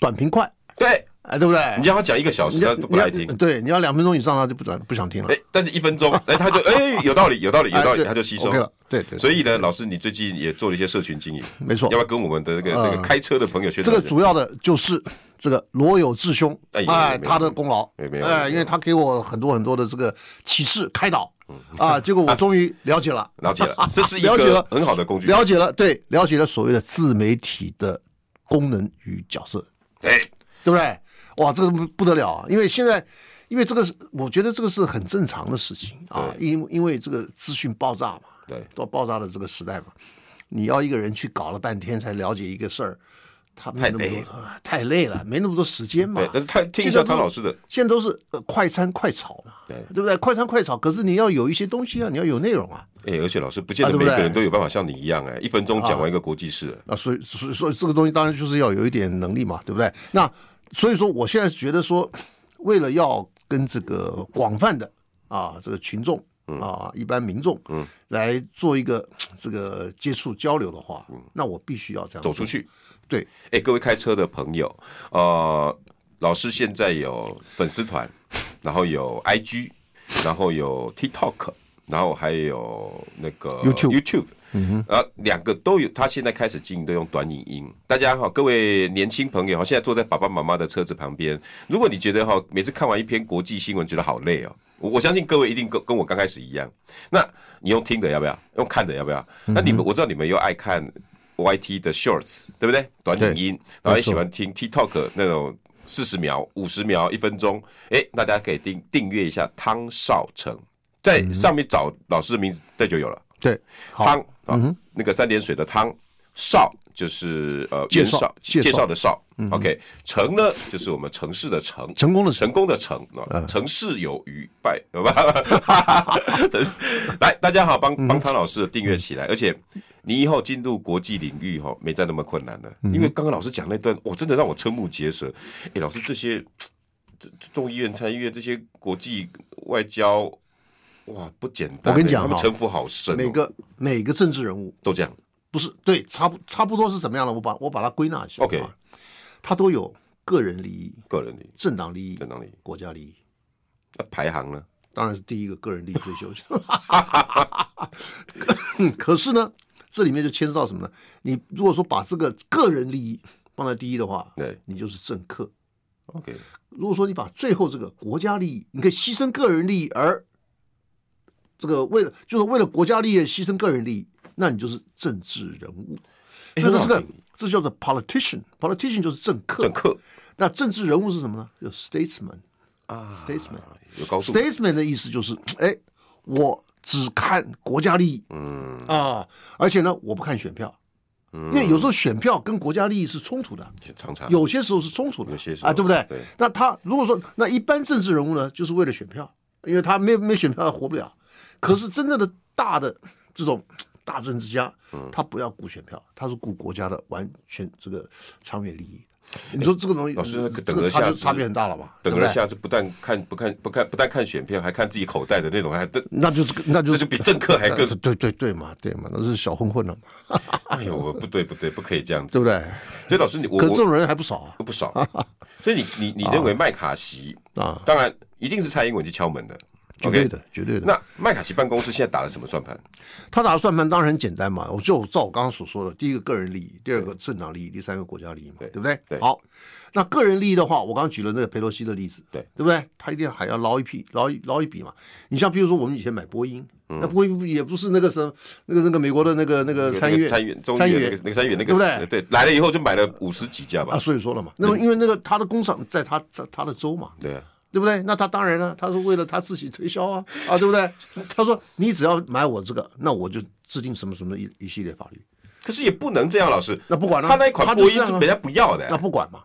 S2: 短平快，
S1: 对，
S2: 哎，对不对？
S1: 你叫他讲一个小时，他都不爱听
S2: 你要。嗯呃啊对，你要两分钟以上，他就不短不想听了
S1: 哎。，但是一分钟，哎，他就哎，有道理，有道理，有道
S2: 哎
S1: 理，
S2: 对
S1: 他就吸收
S2: OK。了。对对，
S1: 所以呢，老师，你最近也做了一些社群经营，
S2: 没错
S1: 要不要跟我们的那个那个
S2: 嗯
S1: 开车的朋友宣
S2: 这
S1: 传
S2: 个
S1: 一下？
S2: 主要的就是这个罗有志兄，
S1: 哎也也
S2: 哎，
S1: 没有
S2: 他的功劳
S1: 也没，有也没有
S2: 哎，因为他给我很多很多的这个启示开导，啊，结果我终于了解了，
S1: 嗯 了解了，这是一
S2: 了解
S1: 个
S2: 了
S1: 很好的工具。
S2: 了解了，对，了解了所谓的自媒体的功能与角色，
S1: 哎，
S2: 对不对？哇，这个不不得了啊！因为现在，因为这个是，我觉得这个是很正常的事情啊，因因为这个资讯爆炸嘛，
S1: 对，
S2: 到爆炸的这个时代嘛，你要一个人去搞了半天才了解一个事儿，他没那么
S1: 太累
S2: 多啊太累了，没那么多时间嘛
S1: 对，。呃但是他听一
S2: 现
S1: 下
S2: 在都
S1: 汤老师的，
S2: 现在都是、呃、快餐快炒嘛，
S1: 对
S2: 对不对？快餐快炒，可是你要有一些东西啊，你要有内容啊。
S1: 哎，而且老师不见
S2: 啊
S1: 得每
S2: 对不
S1: 个
S2: 对
S1: 人都有办法像你一样，哎，一分钟讲完一个国际事，
S2: 啊，所以所以所以这个东西当然就是要有一点能力嘛，对不对？那所以说我现在觉得说，为了要跟这个广泛的啊这个群众
S1: 嗯
S2: 啊一般民众嗯来做一个这个接触交流的话，那我必须要这样
S1: 嗯走出。
S2: 做
S1: 去。
S2: 对，
S1: 哎，各位开车的朋友，呃，老师现在有粉丝团，然后有 IG，然后有 TikTok，然后还有那个
S2: YouTube
S1: YouTube。嗯哼，啊，两个都有。他现在开始经营都用短影音。大家哈，各位年轻朋友哈，现在坐在爸爸妈妈的车子旁边，如果你觉得哈，每次看完一篇国际新闻觉得好累哦，我我相信各位一定跟跟我刚开始一样。那你用听的要不要？用看的要不要？那你们我知道你们又爱看 YT 的 Shorts，对不对？短影音，然后也喜欢听 TikTok 那种四十秒、五十秒、一分钟。哎，大家可以订订阅一下汤少成，在上面找老师的名字，这就有了。
S2: 对，好
S1: 汤啊，那个三点水的汤，少就是呃
S2: 介
S1: 袁
S2: 绍
S1: 绍
S2: 介绍
S1: 介绍的绍，OK，城呢就是我们城市的城，
S2: 成功的成
S1: 成功的成啊，
S2: 嗯
S1: 成事有余败，好吧？ 来，大家好，帮
S2: 嗯
S1: 帮汤老师订阅起来，而且你以后进入国际领域哈，没再那么困难了，
S2: 嗯
S1: 因为刚刚老师讲那段，我真的让我瞠目结舌。哎，老师这些这这众议院、参议院这些国际外交，哇，不简单欸，
S2: 我跟你讲
S1: 他们
S2: 哈
S1: 城府好深哦，
S2: 每个每个政治人物
S1: 都这样，
S2: 不是对，差不差不多是怎么样了？我把我把它归纳起来
S1: OK
S2: 啊，他都有个人利益、
S1: 个人利益、
S2: 政党利益
S1: 政、党利益，
S2: 国家利益。
S1: 那排行
S2: 哦
S1: 呢？
S2: 当然是第一个个人利益最优先。 可是呢，这里面就牵涉到什么呢？你如果说把这个个人利益放在第一的话，
S1: 对哦
S2: 你就是政客；
S1: ，OK，
S2: 如果说你把最后这个国家利益，你可以牺牲个人利益而这个为了就是为了国家利益而牺牲个人利益，那你就是政治人物。
S1: 哎
S2: 所
S1: 很
S2: 以说
S1: 好
S2: 这个
S1: 听
S2: 这叫做 politician，politician 就是政客。
S1: 政客
S2: 那政治人物是什么呢？就是 statesman。
S1: 啊
S2: Statesman
S1: 有高度，
S2: statesman 的意思就是，哎，我只看国家利益
S1: 嗯
S2: 啊，而且呢，我不看选票，因为
S1: 嗯，
S2: 有时候选票跟国家利益是冲突的，
S1: 常常
S2: 有些时候是冲突的，
S1: 有些时候
S2: 啊，对不对？
S1: 对
S2: 那他如果说那一般政治人物呢，就是为了选票，因为他没有没有选票他活不了。可是真正的大的这种大政治家，
S1: 嗯
S2: 他不要顾选票，他是顾国家的完全这个长远利益。你说这个东西，
S1: 哎老师那个
S2: 这
S1: 等
S2: 个
S1: 而
S2: 差
S1: 下
S2: 就
S1: 之
S2: 差别很大了吧？
S1: 等
S2: 对不
S1: 人
S2: 对
S1: 下次不但看不看不看不但看选票，还看自己口袋的那种，还这
S2: 那就是那就
S1: 这
S2: 是
S1: 就比政客还更
S2: 对对对对嘛，对嘛，那是小混混了嘛，
S1: 哎呦，不对不对，不可以这样子。
S2: 对不对？
S1: 所以老师你我
S2: 可是这
S1: 我
S2: 种人还不少啊
S1: 我不 少，所以你你你认为麦卡锡，
S2: 啊，
S1: 当然一定是蔡英文去敲门的
S2: 绝对
S1: ，OK？
S2: 的，绝对的。
S1: 那麦卡锡办公室现在打了什么算盘？
S2: 他打的算盘当然很简单嘛，我就照我刚刚所说的，第一个个人利益，第二个政党利益，第三个国家利益嘛，
S1: 对
S2: 不对？
S1: 对
S2: 好，那个人利益的话，我刚刚举了那个佩洛西的例子，
S1: 对
S2: 对不对？他一定还要捞一批，捞一捞一笔嘛。你像比如说我们以前买波音，
S1: 嗯
S2: 那波音也不是那个什么那个那个美国的那个那个参议院
S1: 参议院、众
S2: 参
S1: 议
S2: 议
S1: 院那
S2: 院
S1: 个那个参议院那
S2: 对不
S1: 个对来了以后就买了五十几架
S2: 啊，
S1: 吧？
S2: 所以说了嘛，那么因为那个他的工厂在他在他的州嘛，
S1: 对啊，
S2: 对不对？那他当然了，他是为了他自己推销啊， 啊，对不对？他说你只要买我这个，那我就制定什么什么一一系列法律，
S1: 可是也不能这样，老师，
S2: 那不管了、
S1: 他那一款
S2: 他
S1: 波
S2: 就这
S1: 音
S2: 样
S1: 是
S2: 啊
S1: 人家不要的
S2: 那，不管嘛，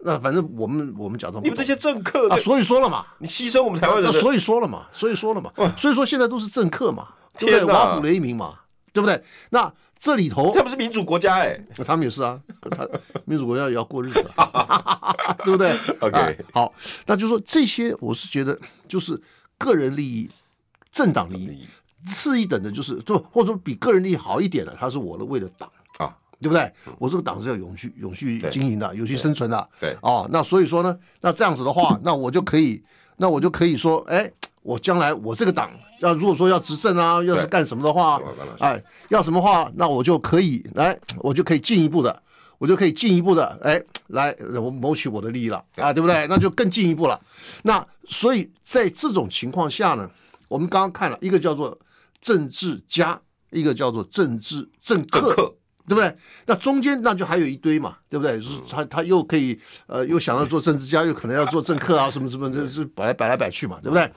S2: 那反正我们我们假装不
S1: 你们这些政客
S2: 管啊，，所以说了嘛，
S1: 你牺牲我们台湾人
S2: 那
S1: 的
S2: 所以说了嘛，所以说了嘛，所以说现在都是政客嘛，对不
S1: 天
S2: 对？
S1: 哪
S2: 挖苦雷鸣嘛，对不对？那这里头
S1: 他们是民主国家哎、
S2: 那他们也是啊，他民主国家也要过日子、 啊，对不对
S1: OK
S2: 啊好，那就说这些，我是觉得就是个人利益、政党利益，次一等的就是，就或者说比个人利益好一点的，他是我的为了党，
S1: 啊，
S2: 对不对？我这个党是要永续、永续
S1: 对
S2: 经营的、永续生存的。
S1: 对
S2: 哦，那所以说呢，那这样子的话，那我就可以，那我就可以说，哎，我将来我这个党要如果说要执政啊，要是
S1: 对
S2: 干什么的话
S1: 干嘛干嘛，
S2: 哎，要什么话，那我就可以来，我就可以进一步的，我就可以进一步的，哎，来我谋取我的利益了啊，对不对？那就更进一步了。那所以在这种情况下呢，我们刚刚看了一个叫做政治家，一个叫做政治政
S1: 政
S2: 客。
S1: 客
S2: 对不对？那中间那就还有一堆嘛，对不对？就是他他又可以呃又想要做政治家，又可能要做政客啊，什么什么，就是摆来摆来摆去嘛，对不对？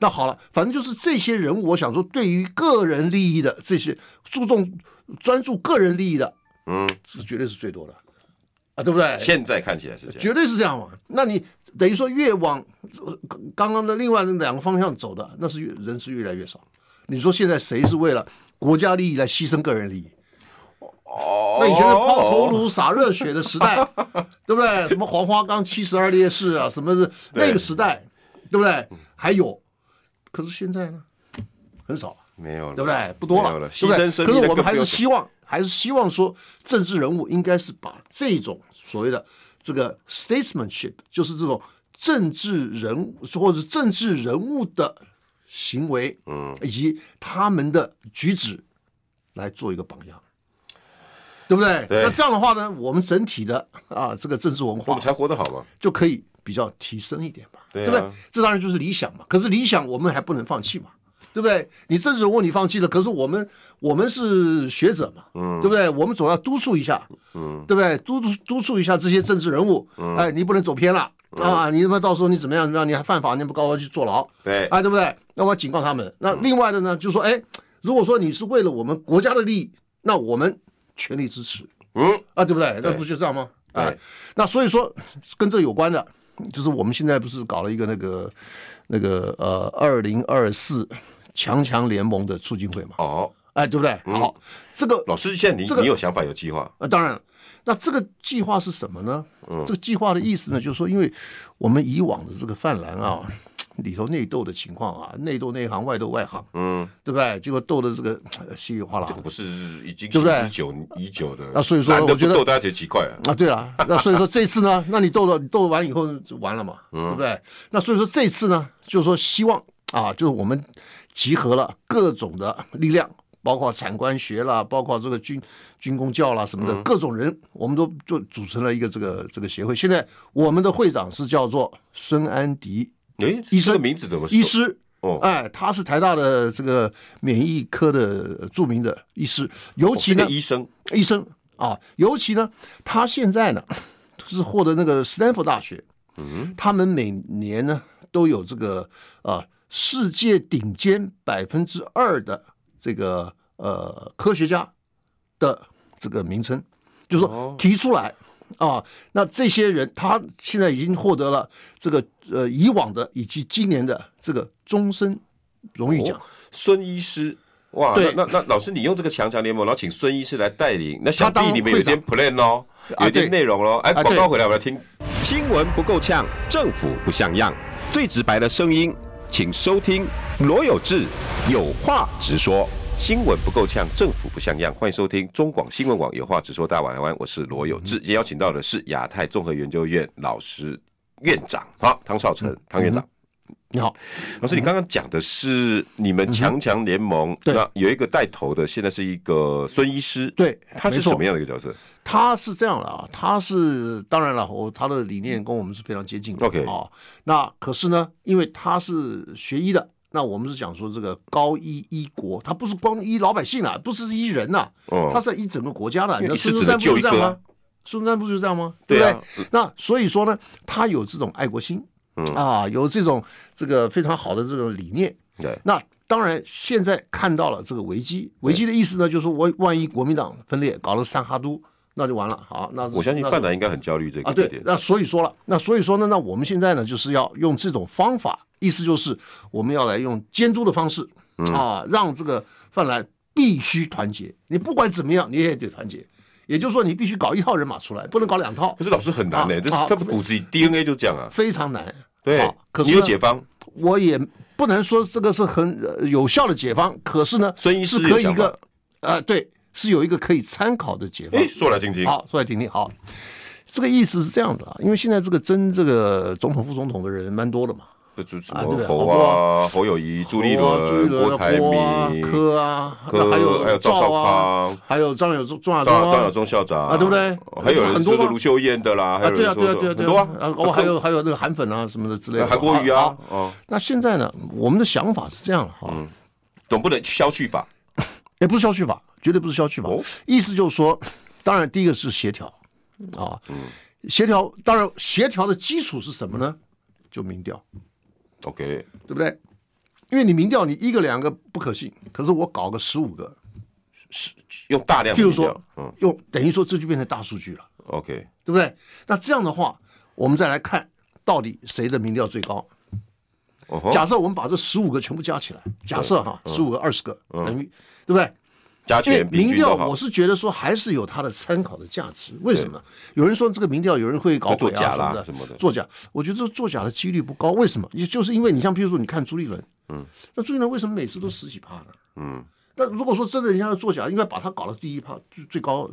S2: 那好了，反正就是这些人物，我想说，对于个人利益的这些注重专注个人利益的，
S1: 嗯，
S2: 是绝对是最多的啊，对不对？
S1: 现在看起来是这样。
S2: 绝对是这样嘛。那你等于说越往呃刚刚的另外那两个方向走的，那是越人是越来越少。你说现在谁是为了国家利益来牺牲个人利益？
S1: 哦
S2: 那以前是抛头颅洒热血的时 代，对不对？什么黄花岗七十二烈士啊，什么是
S1: 对
S2: 那个时代，对不对？还有，可是现在呢，很少，
S1: 没有了，
S2: 对不对？不多
S1: 没有
S2: 了，
S1: 了，
S2: 对
S1: 牺
S2: 不
S1: 牲
S2: 对？
S1: 生
S2: 可
S1: 命
S2: 是
S1: 的
S2: 我
S1: 更
S2: 们
S1: 不
S2: 还
S1: 用
S2: 是
S1: 讲
S2: 希望，还是希望说，政治人物应该是把这种所谓的这个 statesmanship，就是这种政治人物或者政治人物的行为，
S1: 嗯，
S2: 以及他们的举止来做一个榜样，对不对？
S1: 对
S2: 那这样的话呢，我们整体的啊这个政治文
S1: 我
S2: 化
S1: 们才活得好嘛。
S2: 就可以比较提升一点嘛，
S1: 对啊
S2: 不对？这当然就是理想嘛，可是理想我们还不能放弃嘛。对不对？你政治人物你放弃了，可是我们我们是学者嘛，嗯，对不对？我们总要督促一下，
S1: 嗯，
S2: 对不对？督促督促一下这些政治人物，哎，你不能走偏了、
S1: 嗯
S2: 啊！你他妈到时候你怎么样怎么样，你还犯法，你不高高去坐牢，
S1: 对，嗯
S2: 啊，对不对？那我要警告他们。那另外的呢，就是说，哎，如果说你是为了我们国家的利益，那我们全力支持，
S1: 嗯，
S2: 啊，对不对？
S1: 对
S2: 那不就这样吗？啊
S1: 对，
S2: 那所以说跟这有关的，就是我们现在不是搞了一个那个那个呃二零二四强强联盟的促进会嘛？
S1: 哦，
S2: 哎，对不对？好，这个
S1: 老师，现在你
S2: 这个
S1: 你有想法有计划，
S2: 呃，当然了，那这个计划是什么呢？
S1: 嗯
S2: 这个计划的意思呢，就是说，因为我们以往的这个泛蓝啊，里头内斗的情况啊，内斗内行，外斗外行，
S1: 嗯，
S2: 对不对？结果斗的这个呃稀里哗啦
S1: 这个不是已经
S2: 对不对
S1: 行之久已久的，
S2: 那所以说
S1: 男的
S2: 我觉
S1: 不
S2: 得
S1: 斗大家觉得奇怪啊，
S2: 啊，对了，那所以说这次呢，那你斗了斗完以后就完了嘛，
S1: 嗯
S2: 对不对？那所以说这次呢，就是说希望啊，就是我们集合了各种的力量，包括产官学啦，包括这个军军工教啦什
S1: 嗯
S2: 么的，各种人，我们都就组成了一个这个这个协会。现在我们的会长是叫做孙安迪
S1: 诶，
S2: 医
S1: 这
S2: 生
S1: 个名字怎么说
S2: 医？师。
S1: 哦
S2: 哎，他是台大的这个免疫科的呃著名的医师，尤
S1: 哦
S2: 其
S1: 是
S2: 呢
S1: 个，医生，
S2: 医生啊，尤其呢，他现在呢 是获得那个斯坦福大学，
S1: 嗯，
S2: 他们每年呢都有这个呃世界顶尖百分之二的这个呃科学家的这个名称，就是
S1: 哦
S2: 说提出来。啊，那这些人他现在已经获得了这个呃以往的以及今年的这个终身荣誉奖
S1: 哦，孙医师。哇，那
S2: 对
S1: 那那老师，你用这个强强联盟，然后请孙医师来带领，那想必
S2: 他当
S1: 你们有一
S2: 会
S1: 点 plan 哦，
S2: 啊
S1: 有一点
S2: 对
S1: 内容喽。哎，
S2: 啊
S1: 广告
S2: 对
S1: 回来我们来听。新闻不够呛，政府不像样，最直白的声音，请收听罗有志有话直说。新闻不够呛，政府不像样，欢迎收听中广新闻网有话直说。大家晚安，我是罗有志，今天邀请到的是亚太综合研究院老师院长，好，唐少成，唐院长。
S2: 你好，
S1: 老师，你刚刚讲的是你们强强联盟，
S2: 对
S1: 那有一个带头的，现在是一个孙医师，，
S2: 对，
S1: 他是
S2: 没错
S1: 什么样的一个角色？
S2: 他是这样的啊，他是当然了，我他的理念跟我们是非常接近的
S1: OK
S2: 啊。那可是呢，因为他是学医的，那我们是讲说这个高医医国，他不是光医老百姓啊，不是医人呐、
S1: 哦
S2: 他是要医整个国家的。
S1: 因为
S2: 你看
S1: 一次
S2: 孙
S1: 只能救
S2: 中山不就
S1: 一
S2: 这
S1: 个啊
S2: 样吗？孙中山不就这样吗？
S1: 对
S2: 不
S1: 啊
S2: 对？那所以说呢，他有这种爱国心，
S1: 嗯
S2: 啊，有这种这个非常好的这种理念，
S1: 对，
S2: 那当然，现在看到了这个危机，危机的意思呢，就是说我万一国民党分裂，搞了三哈都，那就完了。好，那
S1: 我相信
S2: 那
S1: 范南应该很焦虑这个
S2: 啊，
S1: 这
S2: 对
S1: 点，，
S2: 那所以说了，那所以说呢，那我们现在呢，就是要用这种方法，意思就是我们要来用监督的方式
S1: 嗯
S2: 啊，让这个泛蓝必须团结。你不管怎么样，你也得团结。也就是说，你必须搞一套人马出来，不能搞两套
S1: 可，是老师很难呢，
S2: 啊
S1: 这是
S2: 啊
S1: 他骨子里 DNA 就这样啊，
S2: 非常难。
S1: 对
S2: 好，可是
S1: 你有
S2: 呢
S1: 解方，
S2: 我也不能说这个是很呃有效的解方，可是呢，
S1: 孙医师
S2: 是可以
S1: 有
S2: 一
S1: 想
S2: 个
S1: 法，
S2: 呃，对，是有一个可以参考的解方
S1: 哎，。说来听听，
S2: 好，说来听听。好，这个意思是这样的啊，因为现在这个争这个总统、副总统的人蛮多的嘛，
S1: 这就是什
S2: 啊对
S1: 么
S2: 不对
S1: 侯
S2: 好多
S1: 啊、侯友谊、朱立
S2: 郭啊朱
S1: 伦、
S2: 立伦、
S1: 郭台
S2: 啊
S1: 铭、
S2: 柯啊，
S1: 柯
S2: 那还有
S1: 还有赵少
S2: 啊
S1: 康，
S2: 还有张友忠、张亚
S1: 张
S2: 中
S1: 张晓
S2: 啊。
S1: 忠校长哦
S2: 啊对不对
S1: 还有人
S2: 很多
S1: 说
S2: 吗
S1: 的卢秀燕的啦，还
S2: 啊，
S1: 有人
S2: 对啊，
S1: 说
S2: 对啊，
S1: 的
S2: 对啊，
S1: 很
S2: 对
S1: 多
S2: 啊
S1: 啊，，
S2: 啊，我还有还有那个韩粉啊什么的之类的，
S1: 韩国瑜啊
S2: 好。，
S1: 哦，
S2: 那现在呢，我们的想法是这样的哈，
S1: 总不能消去法，
S2: 也不是消去法，绝对不是消去法。
S1: 哦
S2: 意思就是说，当然第一个是协调
S1: 嗯
S2: 啊，协调。当然，协调的基础是什么呢？就民调，
S1: OK，
S2: 对不对？因为你民调你一个两个不可信，可是我搞个十五个，
S1: 用大量
S2: 譬
S1: 的
S2: 如
S1: 力量，
S2: 说
S1: 嗯
S2: 用等于说这就变成大数据了，
S1: ，OK，
S2: 对不对？那这样的话，我们再来看到底谁的民调最高。
S1: 哦嗯吼，
S2: 假设我们把这十五个全部加起来，假设哈，十五个二十个等于，对不对？
S1: 加
S2: 因为
S1: 权平
S2: 民
S1: 均都
S2: 调，
S1: 好
S2: 我，是觉得说还是有它的参考的价值。为什么？有人说这个民调，有人会搞
S1: 作
S2: 鬼
S1: 假
S2: 啊
S1: 啦
S2: 的，
S1: 什么的
S2: 作假。我觉得这作假的几率不高。为什么？也就是因为你像，譬如说，你看朱立伦，嗯，那朱立伦为什么每次都十几趴呢？
S1: 嗯，
S2: 那如果说真的人家要作假，应该把他搞到第一趴，最最高、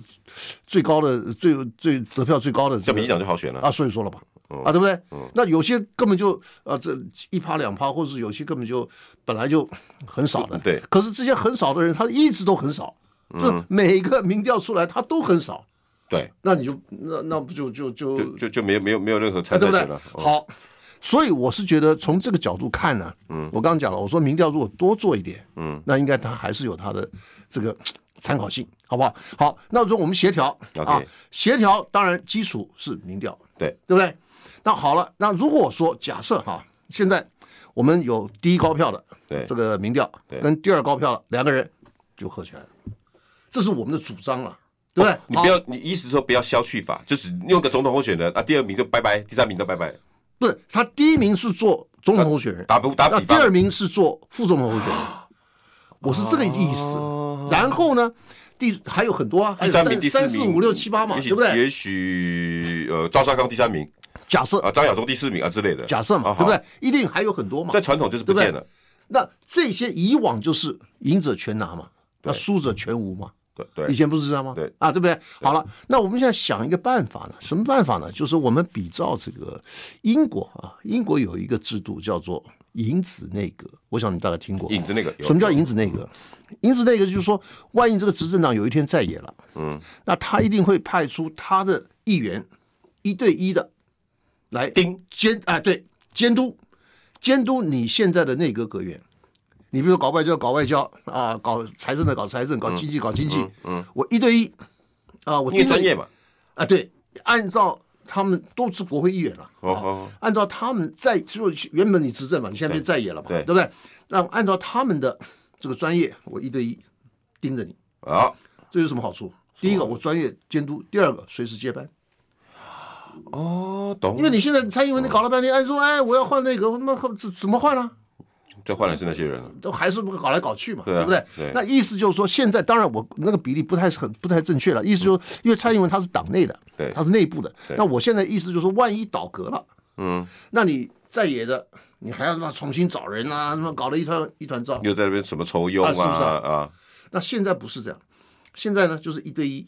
S2: 最高的、最最得票最高的、
S1: 像
S2: 这个
S1: 民进党就好选了，
S2: 啊，所以说了吧，
S1: 哦
S2: 啊，对不对？那有些根本就啊，这一趴两趴，或者是有些根本就本来就很少的，
S1: 嗯对嗯
S2: 可是这些很少的人，他一直都很少，就是每个民调出来他都很少，
S1: 对，
S2: 那你就那那不就就就
S1: 就就就没有没有没有任何
S2: 哎
S1: 参
S2: 呃对
S1: 赛
S2: 不
S1: 权
S2: 对
S1: 了，？哦
S2: 好，所以我是觉得从这个角度看呢，嗯，我刚刚讲了，我说民调如果多做一点，嗯，那应该它还是有它的这个参考性，好不好？好，那如果我们协调啊
S1: OK，
S2: 协调当然基础是民调，
S1: 对
S2: 对不对？那好了，那如果说假设哈，现在我们有第一高票的
S1: 对
S2: 这个民调
S1: 对，
S2: 跟第二高票的两个人就合起来了，这是我们的主张了。啊对不对？
S1: 哦你不要，你意思说不要消去法，就是用个总统候选人啊，第二名就拜拜，第三名就拜拜，
S2: 不是他第一名是做总统候选人，
S1: 打不打
S2: 那
S1: 比
S2: 第
S1: 方？哦
S2: 二名是做副总统候选人，我是这个意思。然后呢，第还有很多啊，还
S1: 第
S2: 有
S1: 三名、
S2: 三
S1: 第
S2: 三
S1: 四
S2: 四
S1: 名、
S2: 五六七八嘛，
S1: 也许
S2: 对不对？
S1: 也许呃，赵少康第三名
S2: 假设
S1: 啊，张亚中第四名啊之类的。
S2: 呃假设
S1: 啊
S2: 嘛，
S1: 好
S2: 对不对？一定还有很多嘛
S1: 在。传统就是不见了。
S2: 那这些以往就是赢者全拿嘛，那输者全无嘛。
S1: 对对
S2: 以前不是这样吗？
S1: 对
S2: 啊，对不对？好了，那我们现在想一个办法呢？什么办法呢？就是我们比照这个英国啊，英国有一个制度叫做银子内阁，我想你大概听过。
S1: 影子那个有
S2: 什么叫银子内阁？银子内阁就是说，万一这个执政党有一天在野了，
S1: 嗯，
S2: 那他一定会派出他的议员一对一的来
S1: 盯
S2: 监啊，对，监督监督你现在的内阁阁员。你比如说搞外交搞外交啊，搞财政的搞财政，搞经济搞经济，
S1: 嗯嗯
S2: 我一对一啊，我
S1: 因为
S2: 盯着
S1: 专业嘛？
S2: 啊，对，按照他们都是国会议员了，
S1: 哦哦，
S2: 按照他们在就原本你执政嘛，你现在变在野了嘛，
S1: 对
S2: 对不对？那按照他们的这个专业，我一对一盯着你，
S1: 啊
S2: 这有什么好处？第一个，我专业监督；第二个，随时接班。
S1: 哦，懂。
S2: 因为你现在蔡英文你搞了半天，哎说哎我要换那个，我他妈怎怎么换啊呢、
S1: 再换的是那些人了。
S2: 都还是搞来搞去嘛，
S1: 对啊
S2: 不对？
S1: 对
S2: 那意思就是说，现在当然我那个比例不太是很不太正确了。意思就是，因为蔡英文他是党内的，
S1: 嗯对
S2: 他是内部的。
S1: 对
S2: 那我现在意思就是说，万一倒戈了，
S1: 嗯，
S2: 那你在野的，你还要他妈重新找人啊，他妈搞了一团一团糟。
S1: 又在那边什么抽佣
S2: 啊是不是啊
S1: 啊？
S2: 那现在不是这样，现在呢就是一对一，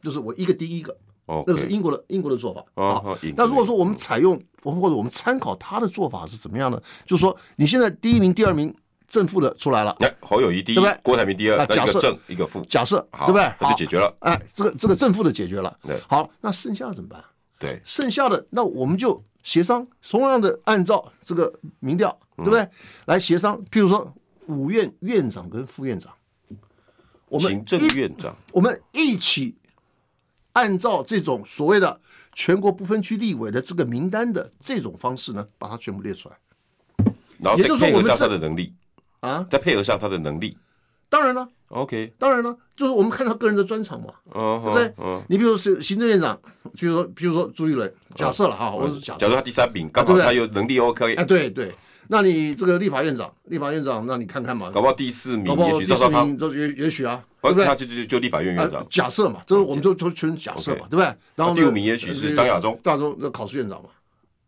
S2: 就是我一个盯一个，
S1: 哦，
S2: 那个是英国的英国的做法
S1: 哦
S2: 啊
S1: 哦英国。
S2: 那如果说我们采用，我们或者我们参考他的做法是怎么样的，就是说你现在第一名、第二名正负的出来了，
S1: 哎，侯友谊第一
S2: 对不对，
S1: 郭台铭第二
S2: 那，
S1: 那
S2: 假
S1: 一个
S2: 设
S1: 正一个负，
S2: 假设
S1: 好，
S2: 对不对？
S1: 那
S2: 好
S1: 就解决了。
S2: 哎，这个这个正负的解决了。
S1: 对
S2: 好，那剩下的怎么办？
S1: 对，
S2: 剩下的那我们就协商，同样的按照这个民调，对不对？
S1: 嗯
S2: 来协商，譬如说五院院长跟副院长，我们
S1: 行政
S2: 一
S1: 院长
S2: 我们一起按照这种所谓的全国不分区立委的这个名单的这种方式呢，把它全部列出来
S1: 然后
S2: 也
S1: 再
S2: 就是说
S1: 配合
S2: 我们
S1: 上他
S2: 这
S1: 的能力，
S2: 啊。
S1: 再配合上他的能力。
S2: 当然了，
S1: OK，
S2: 当然了，就是我们看他个人的专长嘛。
S1: 嗯，
S2: 对不对？
S1: 嗯，
S2: 你比如是行政院长，比如说，比如说朱立伦，假设了哈，我是假
S1: 啊假
S2: 设，
S1: 如他第三名，刚
S2: 啊
S1: 好
S2: 对不对
S1: 他有能力 OK，
S2: 哎，对对，那你这个立法院长，立法院长，那你看看嘛，
S1: 搞不好第四名
S2: 搞不，好
S1: 也许赵少康，，
S2: 这也也许啊，
S1: 不
S2: 对不对
S1: 他？就就就立法院院
S2: 呃
S1: 长，，哦啊
S2: 假设嘛，这是我们就就纯假设嘛，对不对？然后呢
S1: 第五名也许是张亚中，
S2: 张亚中那考试院长嘛，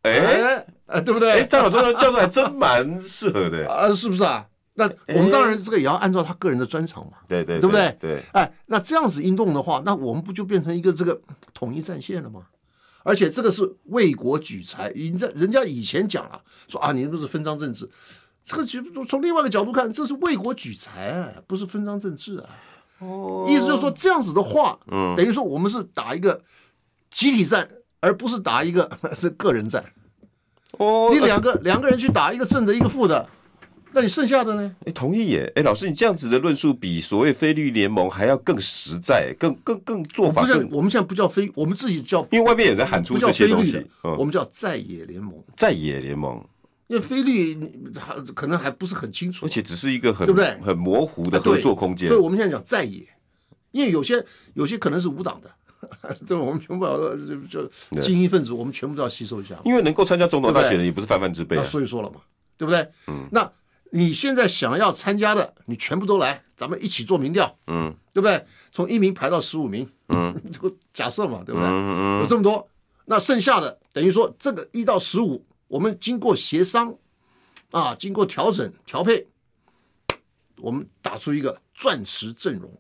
S1: 哎
S2: 哎哎，对不
S1: 哎，
S2: 对？
S1: 张老师的教授还真蛮适合的，
S2: 啊，是不是啊？那
S1: 哎
S2: 我们当然这个也要按照他个人的专长嘛，
S1: 对对
S2: 对不对？
S1: 对，
S2: 哎，那这样子运动的话，那我们不就变成一个这个统一战线了吗？而且这个是为国举才，人家人家以前讲了，说啊，你们都是分赃政治，这个其实从另外一个角度看，这是为国举才啊，不是分赃政治啊。
S1: 哦
S2: 意思就是说，这样子的话，
S1: 嗯
S2: 等于说我们是打一个集体战，而不是打一个是个人战。
S1: 哦
S2: 你，两个两个人去打一个正的，一个负的，那你剩下的呢？
S1: 哎，同意耶，哎，老师你这样子的论述比所谓菲律联盟还要更实在，更更更做
S2: 不
S1: 法
S2: 是
S1: 更，，
S2: 我们现在不叫非，我们自己叫
S1: 因为外面有人喊出
S2: 不叫
S1: 这些
S2: 非
S1: 东
S2: 律
S1: 西
S2: 的，，
S1: 嗯
S2: 我，们叫在野联盟。
S1: 在野联盟，
S2: 因为菲律你还可能还不是很清楚，
S1: 而且只是一个很
S2: 对不对
S1: 很模糊的
S2: 啊对
S1: 合作空间
S2: 所以，我们现在讲在野，因为有些有些可能是无党的， 对吧？我们全部要就就精英分子，我们全部都要吸收一下嘛。
S1: 因为能够参加总统
S2: 对不
S1: 大
S2: 对
S1: 选的也不是泛泛之辈
S2: 那
S1: 啊。
S2: 所以说了嘛，对不对？嗯。那你现在想要参加的，你全部都来，咱们一起做民调，
S1: 嗯
S2: 对不对？从一名排到十五名，
S1: 嗯，
S2: 这个假设嘛，对不对？
S1: 嗯嗯，
S2: 有这么多，那剩下的等于说这个一到十五，我们经过协商，啊，经过调整调配，我们打出一个钻石阵容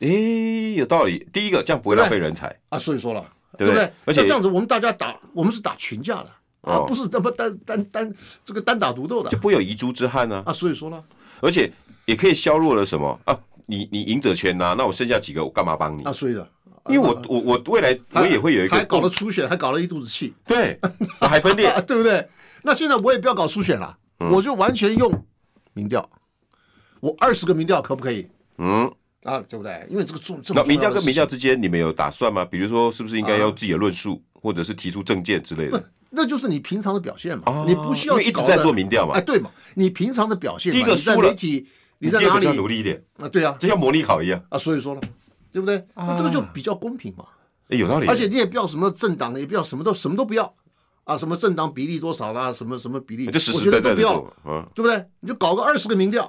S1: 诶，有道理。第一个，这样不会浪费人才。
S2: 啊。所以说了，
S1: 对
S2: 不
S1: 不对
S2: 对？
S1: 而且
S2: 那这样子，我们大家打，我们是打群架的啊，
S1: 哦
S2: 不是这么单单单这个单打独斗的
S1: 就不会有遗珠之憾呢、
S2: 啊。所以说了，
S1: 而且也可以削弱了什么啊？你你赢者全拿、那我剩下几个我干嘛帮你？
S2: 啊，所以的，
S1: 因为我我我未来我
S2: 还
S1: 也会有一个
S2: 还搞了初选，还搞了一肚子气，
S1: 对，嗯啊还分裂
S2: 啊，对不对？那现在我也不要搞初选了，我就完全用民调，我二十个民调可不可以？
S1: 嗯。
S2: 啊，对不对？因为这个重这么
S1: 那
S2: 重
S1: 民
S2: 要
S1: 调
S2: 的
S1: 跟
S2: 事
S1: 民
S2: 情
S1: 调之间，你们有打算吗？比如说，是不是
S2: 啊
S1: 应该要自己的论述，或者是提出证件之类的？
S2: 那就是你平常的表现嘛，
S1: 哦
S2: 你不需要
S1: 因为一直
S2: 搞
S1: 在
S2: 得
S1: 做民调嘛
S2: 哎，对嘛，你平常的表现嘛，
S1: 第一个
S2: 你在
S1: 输了
S2: 媒体，
S1: 你
S2: 在
S1: 第二
S2: 哪
S1: 个就
S2: 里
S1: 要努力一点，
S2: 啊？对啊，
S1: 就像模拟考一样。
S2: 啊，所以说呢，对不对？那这个就比较公平嘛。
S1: 哎有道理，
S2: 而且你也不要什么政党，也不要什么都什么都不要啊，什么政党比例多少啦，什么什么比例，
S1: 啊就实
S2: 我
S1: 实
S2: 觉
S1: 在
S2: 得
S1: 在
S2: 都
S1: 的
S2: 不要，
S1: 做，嗯，
S2: 对不对？你就搞个二十个民调，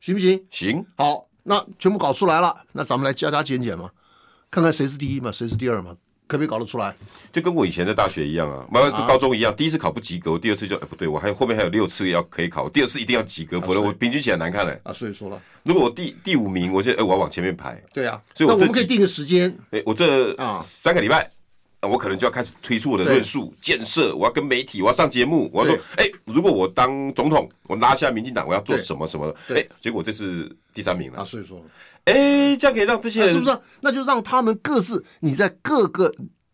S2: 行不行？
S1: 行，
S2: 好，那全部搞出来了，那咱们来加加减减嘛，看看谁是第一嘛，谁是第二嘛，可不可以搞得出来？
S1: 就跟我以前在大学一样啊，慢慢跟高中一样，第一次考不及格，我第二次就哎不对，我还有后面还有六次要可以考，我第二次一定要及格，否则我平均起来难看嘞。
S2: 啊，所以说了，
S1: 如果我第第五名，我就哎我要往前面排，
S2: 对啊，
S1: 所以
S2: 那
S1: 我
S2: 我
S1: 这
S2: 们可以定个时间，
S1: 哎我这
S2: 啊
S1: 三个礼拜。啊我可能就要开始推出我的
S2: 对
S1: 论述建设，我要跟媒体，我要上节目，我要说，哎、如果我当总统，我拉下民进党，我要做
S2: 对
S1: 什么什么的，哎、
S2: 对
S1: 结果这是第三名
S2: 啊，
S1: 了，
S2: 所以说了，
S1: 哎、这样可以让这些
S2: 那
S1: 人
S2: 是不是啊？那就让他们各自，你在各个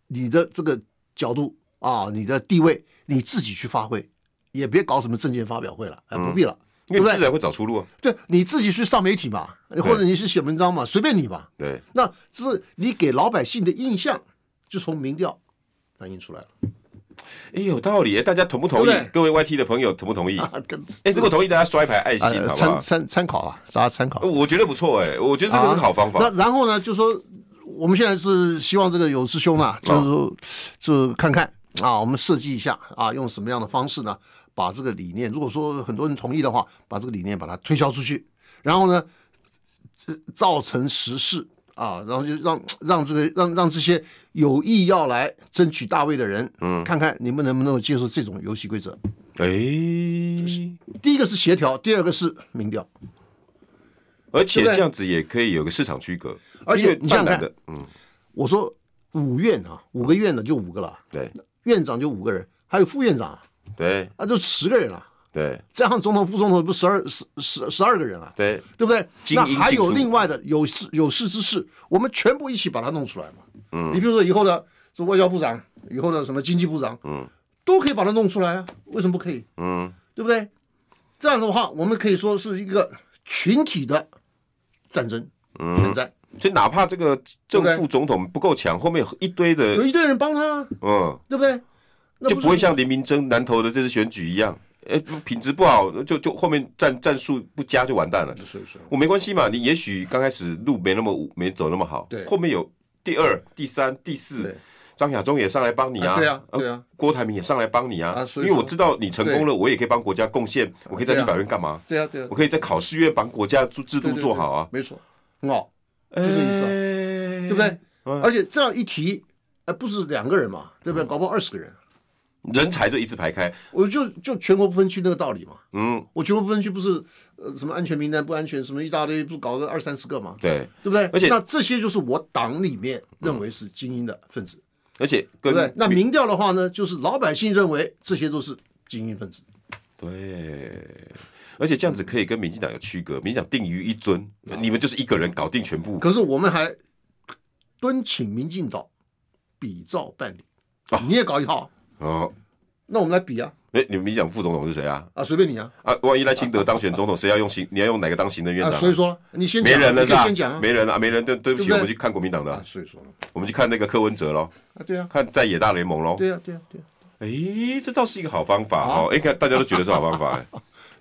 S2: 你的这个角度啊，你的地位，你自己去发挥，也别搞什么政见发表会了，哎，不必了，
S1: 嗯因为你
S2: 对不
S1: 自
S2: 对？
S1: 然会找出路啊。
S2: 对，你自己去上媒体嘛，或者你去写文章嘛，随便你嘛。
S1: 对，
S2: 那只是你给老百姓的印象，就从民调反映出来了。
S1: 哎，有道理，大家同不同意
S2: 对不对？
S1: 各位 YT 的朋友同不同意？
S2: 啊 跟
S1: 哎，如果同意，大家刷一排爱心，
S2: 呃
S1: 好不
S2: 参
S1: 好？
S2: 参参考啊，大家参考。
S1: 我觉得不错，哎，我觉得这个是个好方
S2: 那
S1: 法。
S2: 然后呢，就说我们现在是希望这个有师兄呢，就是
S1: 嗯
S2: 说就是看看啊，我们设计一下啊，用什么样的方式呢，把这个理念，如果说很多人同意的话，把这个理念把它推销出去，然后呢，这造成实事啊，然后就让让这个让让这些有意要来争取大位的人，嗯，看看你们能不能够接受这种游戏规则。
S1: 哎，
S2: 第一个是协调，第二个是民调，
S1: 而且
S2: 对不
S1: 这
S2: 对
S1: 样子也可以有个市场区隔，
S2: 而且
S1: 因为
S2: 你想
S1: 泛
S2: 想
S1: 蓝
S2: 看
S1: 的，嗯，
S2: 我说五院啊，五个院的就五个了。
S1: 对，
S2: 院长就五个人，还有副院长啊，
S1: 对，
S2: 啊就十个人了、
S1: 对，
S2: 加上总统、副总统不十二十十十二个人啊，
S1: 对，
S2: 对不对？
S1: 精
S2: 那
S1: 英
S2: 还
S1: 进
S2: 有
S1: 出
S2: 另外的有事有事之士，我们全部一起把它弄出来嘛。嗯，你比如说以后的这外交部长，以后的什么经济部长，嗯，都可以把它弄出来啊，为什么不可以？
S1: 嗯，
S2: 对不对？这样的话，我们可以说是一个群体的战争，
S1: 嗯
S2: 选战，
S1: 所以哪怕这个正
S2: 对不
S1: 副总统不够强，后面有一堆
S2: 有
S1: 的，
S2: 一堆人帮他啊，
S1: 嗯，
S2: 对不对？那
S1: 就
S2: 不
S1: 不
S2: 是
S1: 会像林明珍南投的这次选举一样，哎，品质不好，就就后面战战术不佳就完蛋了。
S2: 是是，
S1: 我没关系嘛，你也许刚开始路没那么没走那么好，
S2: 对
S1: 后面有第二、第三、第四
S2: 对，
S1: 张亚中也上来帮你啊，
S2: 啊对啊
S1: 呃
S2: 对啊，
S1: 郭台铭也上来帮你啊，
S2: 啊所
S1: 因
S2: 以
S1: 为
S2: 说
S1: 我知道你成功了，我也可以帮国家贡献，我可以在
S2: 对啊
S1: 立法院干嘛？
S2: 对啊对啊
S1: 我，可以在考试院帮国家制制
S2: 对
S1: 度做好啊，，
S2: 对对没错，很好。
S1: 就
S2: 对对对就这意思啊
S1: 思
S2: 对不对？？
S1: 嗯
S2: 而且这样一提，呃，不是两个人嘛，对不对？搞不好二十个人，
S1: 人才就一字排开，
S2: 我就就全国不分区那个道理嘛。
S1: 嗯，
S2: 我全国不分区不是呃什么安全名单不安全，什么一大堆，不是搞个二三十个嘛，
S1: 对，
S2: 对不对？
S1: 而且嗯
S2: 那这些就是我党里面认为是精英的分子，
S1: 而且
S2: 对
S1: 跟
S2: 不对？那民调的话呢，就是老百姓认为这些都是精英分子，
S1: 对，而且这样子可以跟民进党有区隔，民进党定于一尊，你们就是一个人搞定全部，
S2: 啊可是我们还敦请民进党比照办理，你也搞一套，
S1: 哦，
S2: 那我们来比啊
S1: 哎，你们民进党副总统是谁啊？
S2: 啊，随便你啊
S1: 啊，万一赖清德当选总统，谁要用行？你要用哪个当行政院
S2: 啊，
S1: 长？
S2: 所以说你先
S1: 没
S2: 讲啊，
S1: 人了
S2: 你
S1: 是
S2: 可以
S1: 吧
S2: 先讲？啊
S1: 没人了，没人。对，对不起，
S2: 对不对
S1: 我们去看国民党的
S2: 啊，，所以说了
S1: 我们去看那个柯文哲咯，
S2: 啊，对啊。
S1: 看在野大联盟咯。
S2: 对啊呀、对呀、
S1: 啊
S2: 对呀、
S1: 诶，这倒是一个好方法哦。哎，看大家都觉得是好方法， 哎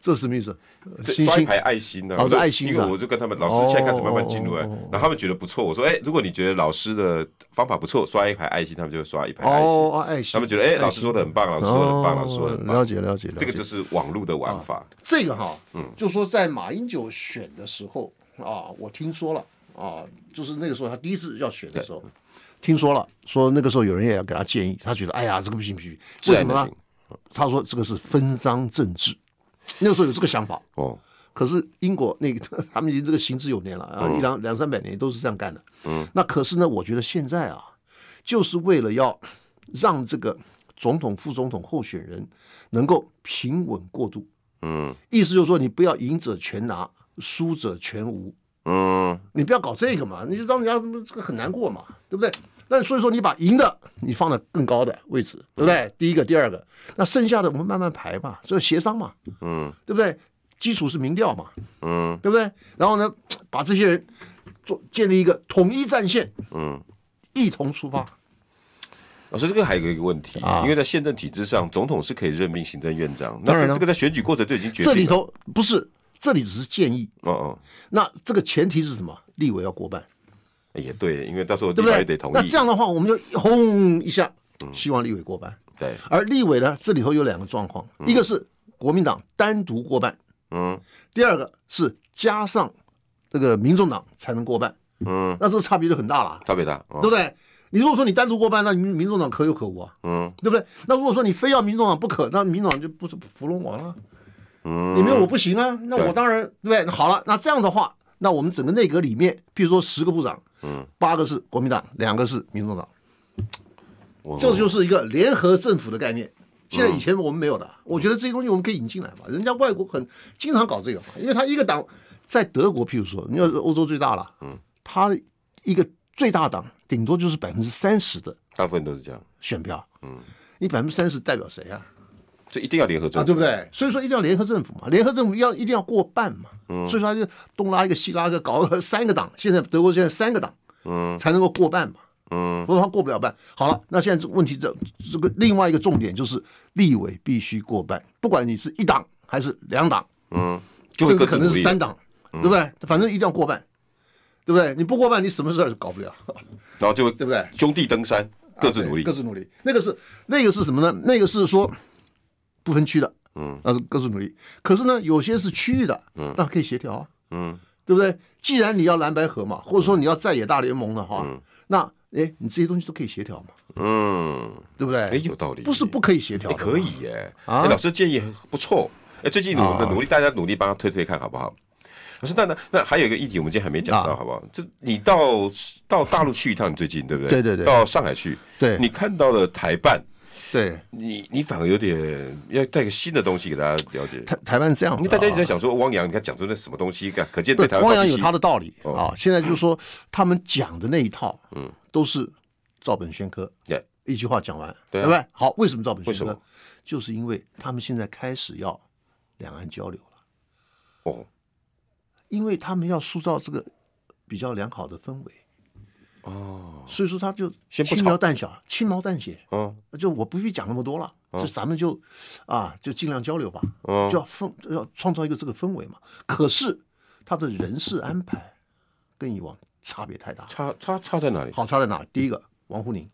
S2: 这是什么意思？
S1: 对
S2: 星
S1: 刷一
S2: 星
S1: 排爱心呢。
S2: 哦
S1: 我就
S2: 这爱心
S1: 因
S2: 是
S1: 为
S2: 吧
S1: 我就跟他们老师现在开始慢慢进入哎
S2: 哦哦哦哦，
S1: 然后他们觉得不错，我说哎，如果你觉得老师的方法不错，刷一排爱心，他们就刷一排爱心。
S2: 哦，爱
S1: 哎
S2: 心。哦
S1: 他们觉得哎，老师说的很棒，老师说的很棒，老师说的很
S2: 了
S1: 棒。
S2: 解了解了解。啊
S1: 这个就是网络的玩法。
S2: 这个哈，嗯，就说在马英九选的时候啊，我听说了啊，就是那个时候他第一次要选的时候，听说了，说那个时候有人也要给他建议，他觉得哎呀，这个不行不行，
S1: 自
S2: 为
S1: 然
S2: 什
S1: 的
S2: 么呢
S1: 行？嗯
S2: 他说这个是分赃政治，那个时候有这个想法。
S1: 哦，
S2: 可是英国那个 他们已经这个行之有年了啊，一两两三百年都是这样干的。嗯，那可是呢，我觉得现在啊，就是为了要让这个总统、副总统候选人能够平稳过渡，
S1: 嗯
S2: 意思就是说，你不要赢者全拿，输者全无，
S1: 嗯，
S2: 你不要搞这个嘛，你就让人家这个很难过嘛，对不对？那所以说，你把赢的你放在更高的位置，对不对？第一个、第二个，那剩下的我们慢慢排嘛，就协商嘛，
S1: 嗯，
S2: 对不对？基础是民调嘛，
S1: 嗯
S2: 对不对？然后呢，把这些人做建立一个统一战线，
S1: 嗯，
S2: 一同出发。
S1: 老师，这个还有一个问题，因为在宪政体制上，总统是可以任命行政院长，那
S2: 啊当然
S1: 这
S2: 了
S1: 这个在选举过程就已经决
S2: 这里
S1: 定了。
S2: 头不是，这里只是建议。
S1: 哦哦，
S2: 那这个前提是什么？立委要过半，
S1: 哎也对，因为到时候
S2: 对
S1: 立
S2: 不
S1: 法也
S2: 对？
S1: 得嗯同
S2: 那
S1: 意
S2: 这。样的话，我们就轰一下，希望立委过半。
S1: 对，
S2: 而立委呢，这里头有两个状况，一个是国民党单独过半，
S1: 嗯
S2: 第二个是加上这个民众党才能过半，
S1: 嗯，
S2: 那这个差别就很大了，
S1: 差别大。
S2: 对不
S1: 嗯
S2: 对？你如果说你单独过半，那民民众党可有可无啊，
S1: 嗯
S2: 对不对？那如果说你非要民众党不可，那民众党就不是伏龙王了，
S1: 嗯，
S2: 你没有我不行啊，那
S1: 对
S2: 我当然对不对？那好了，那这样的话，那我们整个内阁里面，譬如说十个部长，
S1: 嗯，
S2: 八个是国民党，两个是民众党，
S1: 我
S2: 这就是一个联合政府的概念。现
S1: 嗯
S2: 在以前我们没有的，我觉得这些东西我们可以引进来嘛。人家外国很经常搞这个嘛，因为他一个党在德国，譬如说，你要是欧洲最大了，嗯，他一个最大党顶多就是百分之三十的
S1: 大部分都是这样，
S2: 选票，嗯，你百分之三十代表谁啊？
S1: 这一定要联合
S2: 啊，
S1: 政府。
S2: 对不对？所以说一定要联合政府嘛，联合政府要一定要过半嘛，
S1: 嗯
S2: 所以说他就东拉一个西拉一个，搞了三个党，现在德国现在三个党，
S1: 嗯，
S2: 才能够过半嘛，
S1: 嗯，
S2: 不然他过不了半。好了，那现在这问题这这个另外一个重点就是立委必须过半，不管你是一党还是两党，
S1: 嗯，就会
S2: 甚
S1: 各
S2: 至可
S1: 自
S2: 能
S1: 努
S2: 是
S1: 力。
S2: 三党，对不
S1: 嗯
S2: 对？反正一定要过半，对不对？你不过半，你什么事儿都搞不了，
S1: 然后就会
S2: 对不对？
S1: 兄弟登山，各自努
S2: 啊对
S1: 力
S2: 各。自努力。那个是那个是什么呢？那个是说不分区的，
S1: 嗯，
S2: 那是各自努力。可是呢，有些是区域的，嗯，那可以协调啊，
S1: 嗯，
S2: 对不对？既然你要蓝白合嘛，或者说你要在野大联盟的话，那哎，你这些东西都可以协调嘛，
S1: 嗯，
S2: 对不对？
S1: 哎，有道理。
S2: 不是不可以协调
S1: 哎，
S2: 的嘛、
S1: 可以耶！
S2: 啊
S1: 哎，老师建议不错。哎，最近我们努力，大家努力帮他推推看好不好？老师，那那那还有一个议题，我们今天还没讲到，
S2: 啊
S1: 好不好？就你到到大陆去一趟，你最近对不对？
S2: 对对对
S1: 到上海去，
S2: 对
S1: 你看到了台办，
S2: 对。
S1: 你你反而有点要带个新的东西给大家了解。
S2: 台台湾这样
S1: 因
S2: 子、
S1: 为大
S2: 啊，
S1: 家一直在想说，汪洋，你看讲出那什么东西，看可见对台
S2: 对
S1: 湾
S2: 汪洋
S1: 好奇
S2: 有
S1: 心
S2: 他的道理
S1: 哦
S2: 啊。现在就是说，他们讲的那一套，嗯，都是照本宣科，
S1: 对
S2: 一句话讲完，
S1: 对啊
S2: 不对？好，为什么照本
S1: 为什
S2: 宣
S1: 么
S2: 科？就是因为他们现在开始要两岸交流了，
S1: 哦
S2: 因为他们要塑造这个比较良好的氛围，
S1: 哦
S2: 所以说他就
S1: 先不
S2: 轻
S1: 吵
S2: 描淡写，轻描淡写，
S1: 哦
S2: 就我不必讲那么多了，就咱们就啊，就尽量交流吧，就
S1: 哦，
S2: 要氛要创造一个这个氛围嘛。可是他的人事安排跟以往差别太大。
S1: 差差差在哪里？
S2: 好差在哪？第一个，王沪宁，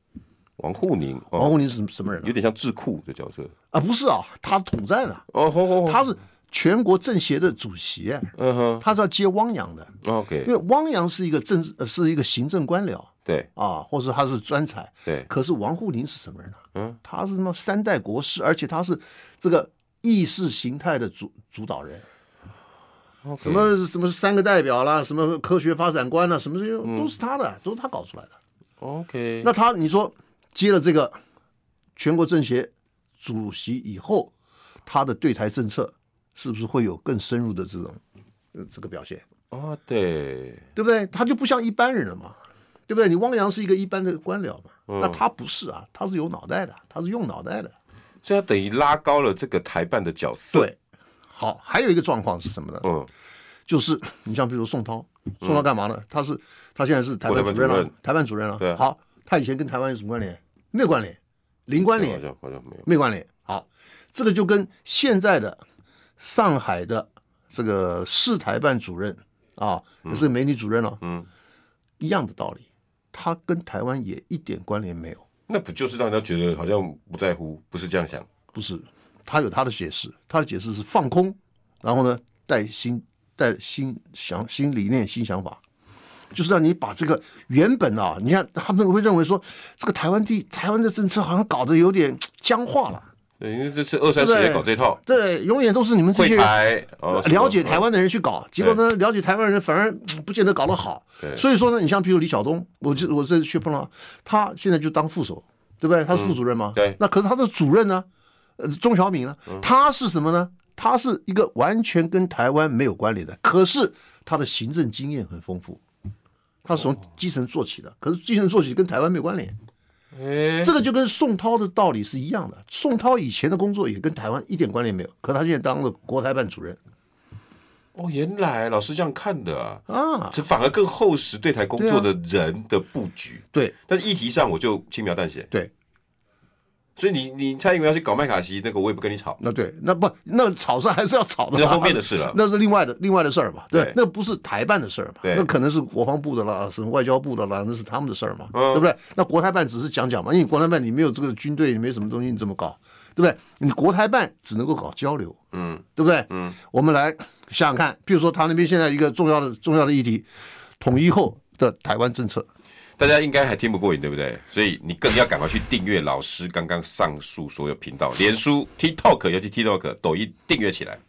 S1: 王沪宁
S2: 王
S1: 哦，
S2: 沪宁是什么什么人啊
S1: 有？点像智库的角色
S2: 啊，不是啊，他统战啊，
S1: 哦哦哦，
S2: 他是全国政协的主席，哎
S1: 嗯哼
S2: 他是要接汪洋的，因
S1: ，OK，
S2: 为汪洋是一个政治呃是一个行政官僚
S1: 对
S2: 啊，或者他是专才。
S1: 对，
S2: 可是王沪宁是什么人啊？
S1: 嗯，
S2: 他是什么三代国师，而且他是这个意识形态的主主导人。
S1: OK
S2: 什么什么三个代表啦，什么科学发展观啦，什么这些
S1: 嗯
S2: 都是他的，都是他搞出来的。
S1: OK，
S2: 那他你说接了这个全国政协主席以后，他的对台政策是不是会有更深入的这种呃这个表现，
S1: 哦对，
S2: 对不对？他就不像一般人了嘛，对不对？你汪洋是一个一般的官僚嘛，那他不是啊，他是有脑袋的，他是用脑袋的。
S1: 所以他等于拉高了这个台办的角色，，
S2: 对，好，还有一个状况是什么呢？
S1: 嗯，
S2: 就是你像比如宋涛，宋涛干嘛呢？他是他现在是台
S1: 国
S2: 湾
S1: 台
S2: 主
S1: 办主
S2: 任了、
S1: 任
S2: 台湾主任了、
S1: 对啊
S2: 好，他以前跟台湾有什么关联？没有关联，零关联
S1: 好。像好像没有，
S2: 没关联。好，这个就跟现在的上海的这个市台办主任啊，也是个美女主任哦，
S1: 嗯，
S2: 一样的道理，他跟台湾也一点关联没有，
S1: 那不就是让人家觉得好像不在乎，不是这样想，
S2: 不是？他有他的解释，他的解释是放空，然后呢，带新带新想新理念、新想法。就是让你把这个原本啊，你看他们会认为说，这个台湾地台湾的政策好像搞得有点僵化了，
S1: 对，因为这次二三十年搞这套，
S2: 对，永远都是你们这些
S1: 会
S2: 人
S1: 台哦，什么
S2: 了解台，湾的人去搞，结果呢，了解台湾人反而嗯不见得搞得好
S1: 对。
S2: 所以说呢，你像比如李晓东，我就我这去碰到他，现在就当副手，对不对？他是副主任嘛。
S1: 嗯对嗯
S2: 那可是他的主任呢，呃，钟小敏呢，他是什么呢？他是一个完全跟台湾没有关联的，可是他的行政经验很丰富，他是从基层做起的，可是基层做起跟台湾没有关联。
S1: 哎，
S2: 这个就跟宋涛的道理是一样的。宋涛以前的工作也跟台湾一点关联没有，可他现在当了国台办主任
S1: 哦，原来老师这样看的啊，
S2: 啊。
S1: 这反而更厚实对台工作的人的布局，
S2: 对
S1: 但是议题上我就轻描淡写，
S2: 对，
S1: 所以你你蔡英文要去搞麦卡锡那个，我也不跟你吵。
S2: 那对，那不，那吵是还是要吵的嘛，
S1: 那后面的事了啊
S2: 那是另外的另外的事儿嘛，对，
S1: 对
S2: 那不是台办的事儿嘛，
S1: 对
S2: 那可能是国防部的啦，是外交部的啦，那是他们的事儿嘛，
S1: 嗯
S2: 对不对？那国台办只是讲讲嘛，因为国台办你没有这个军队，你没什么东西，你怎么搞，对不对？你国台办只能够搞交流，
S1: 嗯
S2: 对不对？
S1: 嗯，
S2: 我们来想想看，比如说他那边现在一个重要的重要的议题，统一后的台湾政策，
S1: 大家应该还听不过瘾，对不对？所以你更要赶快去订阅老师刚刚上述所有频道，脸书、TikTok，尤其 TikTok、抖音订阅起来。